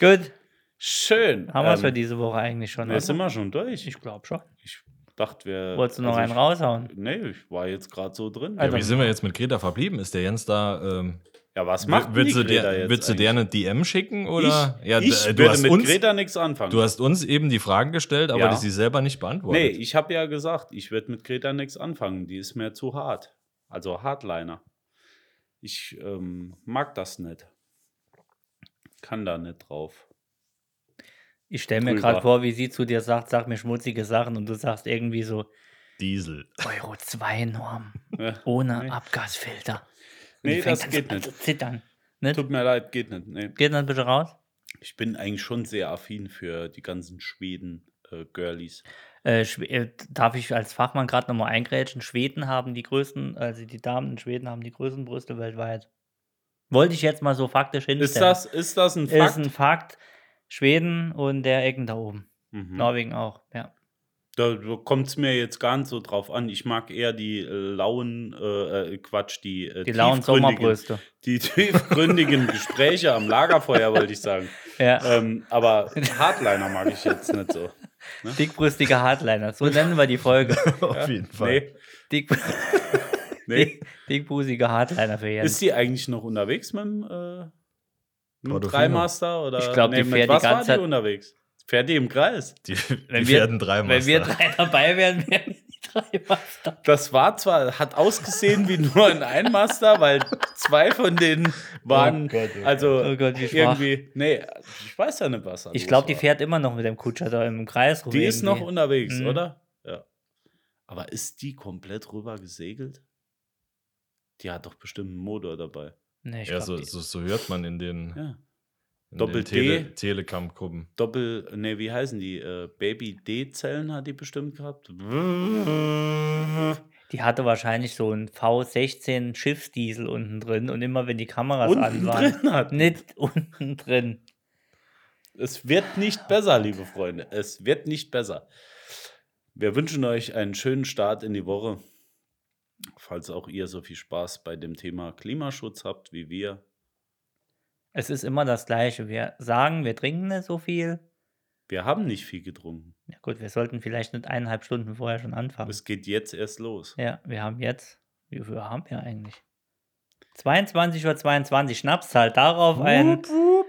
S4: Gut.
S5: Schön.
S4: Haben wir es
S5: Ähm,
S4: für diese Woche eigentlich schon?
S5: Jetzt sind
S4: Oder?
S5: wir schon durch. Ich,
S4: Ich glaube schon.
S5: ich dachte, wir. also
S4: Wolltest du noch einen
S5: ich-
S4: raushauen?
S5: Nee, ich war jetzt gerade so drin.
S4: Also-
S6: Wie sind wir jetzt mit Greta verblieben? Ist der Jens da? Ähm,
S5: ja, was macht
S6: willst,
S5: die
S6: du
S5: Greta
S6: der,
S5: jetzt
S6: willst du der
S5: eigentlich?
S6: eine DM schicken? Oder?
S5: Ich, ja,
S6: d-
S5: ich
S6: äh,
S5: würde mit
S6: uns,
S5: Greta nichts anfangen.
S6: du hast uns eben die Fragen gestellt, aber
S5: Ja.
S6: die sie selber nicht beantwortet.
S5: nee, ich habe ja gesagt, ich werde mit Greta nichts anfangen. Die ist mir zu hart. Also Hardliner. Ich ähm, mag das nicht. Kann da nicht drauf.
S4: Ich stelle mir
S5: Drüber.
S4: gerade vor, wie sie zu dir sagt, sag mir schmutzige Sachen und du sagst irgendwie so
S6: Diesel.
S4: Euro 2 Norm
S5: *laughs* Ja.
S4: ohne
S5: Nee.
S4: Abgasfilter. Und die
S5: Nee,
S4: fängt
S5: das
S4: dann
S5: geht
S4: an
S5: nicht.
S4: Zu zittern. Nicht?
S5: Tut mir leid, geht nicht. Nee.
S4: Geht dann bitte raus?
S5: Ich bin eigentlich schon sehr affin für die ganzen Schweden-Girlies.
S4: Äh, Schw- äh, darf ich als Fachmann gerade nochmal eingrätschen? Schweden haben die größten, also die Damen in Schweden haben die größten Brüste weltweit. Wollte ich jetzt mal so faktisch hinstellen.
S5: ist, das, ist das ein
S4: ist
S5: Fakt?
S4: ein Fakt. Schweden und der Ecken da oben.
S5: mhm.
S4: Norwegen auch, ja.
S5: Da kommt es mir jetzt gar nicht so drauf an. Ich mag eher die äh, lauen, äh, äh, Quatsch, die, äh,
S4: Die lauen
S5: tiefgründigen-
S4: Sommerbrüste.
S5: Die tiefgründigen Gespräche am Lagerfeuer, wollte ich sagen.
S4: Ja.
S5: Ähm, aber Hardliner mag ich jetzt nicht so.
S4: Dickbrüstige Hardliner. So nennen wir die
S5: *laughs*
S4: Folge.
S6: *laughs* Auf jeden
S5: Nee,
S4: Dick,
S5: nee.
S4: dick, dickbusige Hardliner für Jens.
S5: Ist die eigentlich noch unterwegs mit dem, äh, mit dem
S6: Portofino.
S5: Dreimaster? Oder?
S4: Ich glaub, die
S5: mit
S4: fährt die
S5: was war
S4: ganze Zeit-
S5: die unterwegs? Fährt die im Kreis?
S6: Die,
S4: Wenn
S6: die
S4: wir-
S6: werden drei
S4: Wenn wir
S6: Master.
S4: drei dabei wären, wären wir die
S5: *laughs*
S4: drei Master.
S5: Das war zwar, hat ausgesehen wie nur ein Einmaster, weil zwei von denen waren,
S4: Oh Gott, oh Gott.
S5: also
S4: Oh Gott, wie schwach.
S5: irgendwie, nee, ich weiß ja nicht,
S6: Also
S5: was da
S4: Ich
S5: los
S4: glaube, die
S5: war.
S4: fährt immer noch mit dem Kutscher da im Kreis rum.
S5: Die ist noch
S4: irgendwie.
S5: unterwegs,
S4: Mhm.
S5: oder? Ja. Aber ist die komplett rüber gesegelt? Die hat doch bestimmt einen Motor dabei.
S4: Nee, ich
S6: Ja,
S4: glaub,
S6: so,
S4: die-
S6: so, so hört man in den,
S5: Ja.
S6: in den
S5: Doppel D.
S6: Tele Telegram-Gruppen.
S5: Doppel, nee, wie heißen die? Äh, Baby-D-Zellen hat die bestimmt gehabt.
S4: Die hatte wahrscheinlich so einen V16 Schiffsdiesel unten drin und immer wenn die Kameras an
S5: Unten
S4: waren.
S5: drin hat.
S4: Nicht *laughs* unten drin.
S5: Es wird nicht besser, liebe Freunde. Es wird nicht besser. Wir wünschen euch einen schönen Start in die Woche. Falls auch ihr so viel Spaß bei dem Thema Klimaschutz habt wie wir.
S4: Es ist immer das Gleiche. Wir sagen, wir trinken nicht so viel.
S5: Wir haben nicht viel getrunken.
S4: Ja gut, wir sollten vielleicht nicht eineinhalb Stunden vorher schon anfangen.
S5: Es geht jetzt erst los.
S4: Ja, wir haben jetzt. Wie viel haben wir eigentlich? 22.22 Uhr, 22, schnappst halt darauf ein.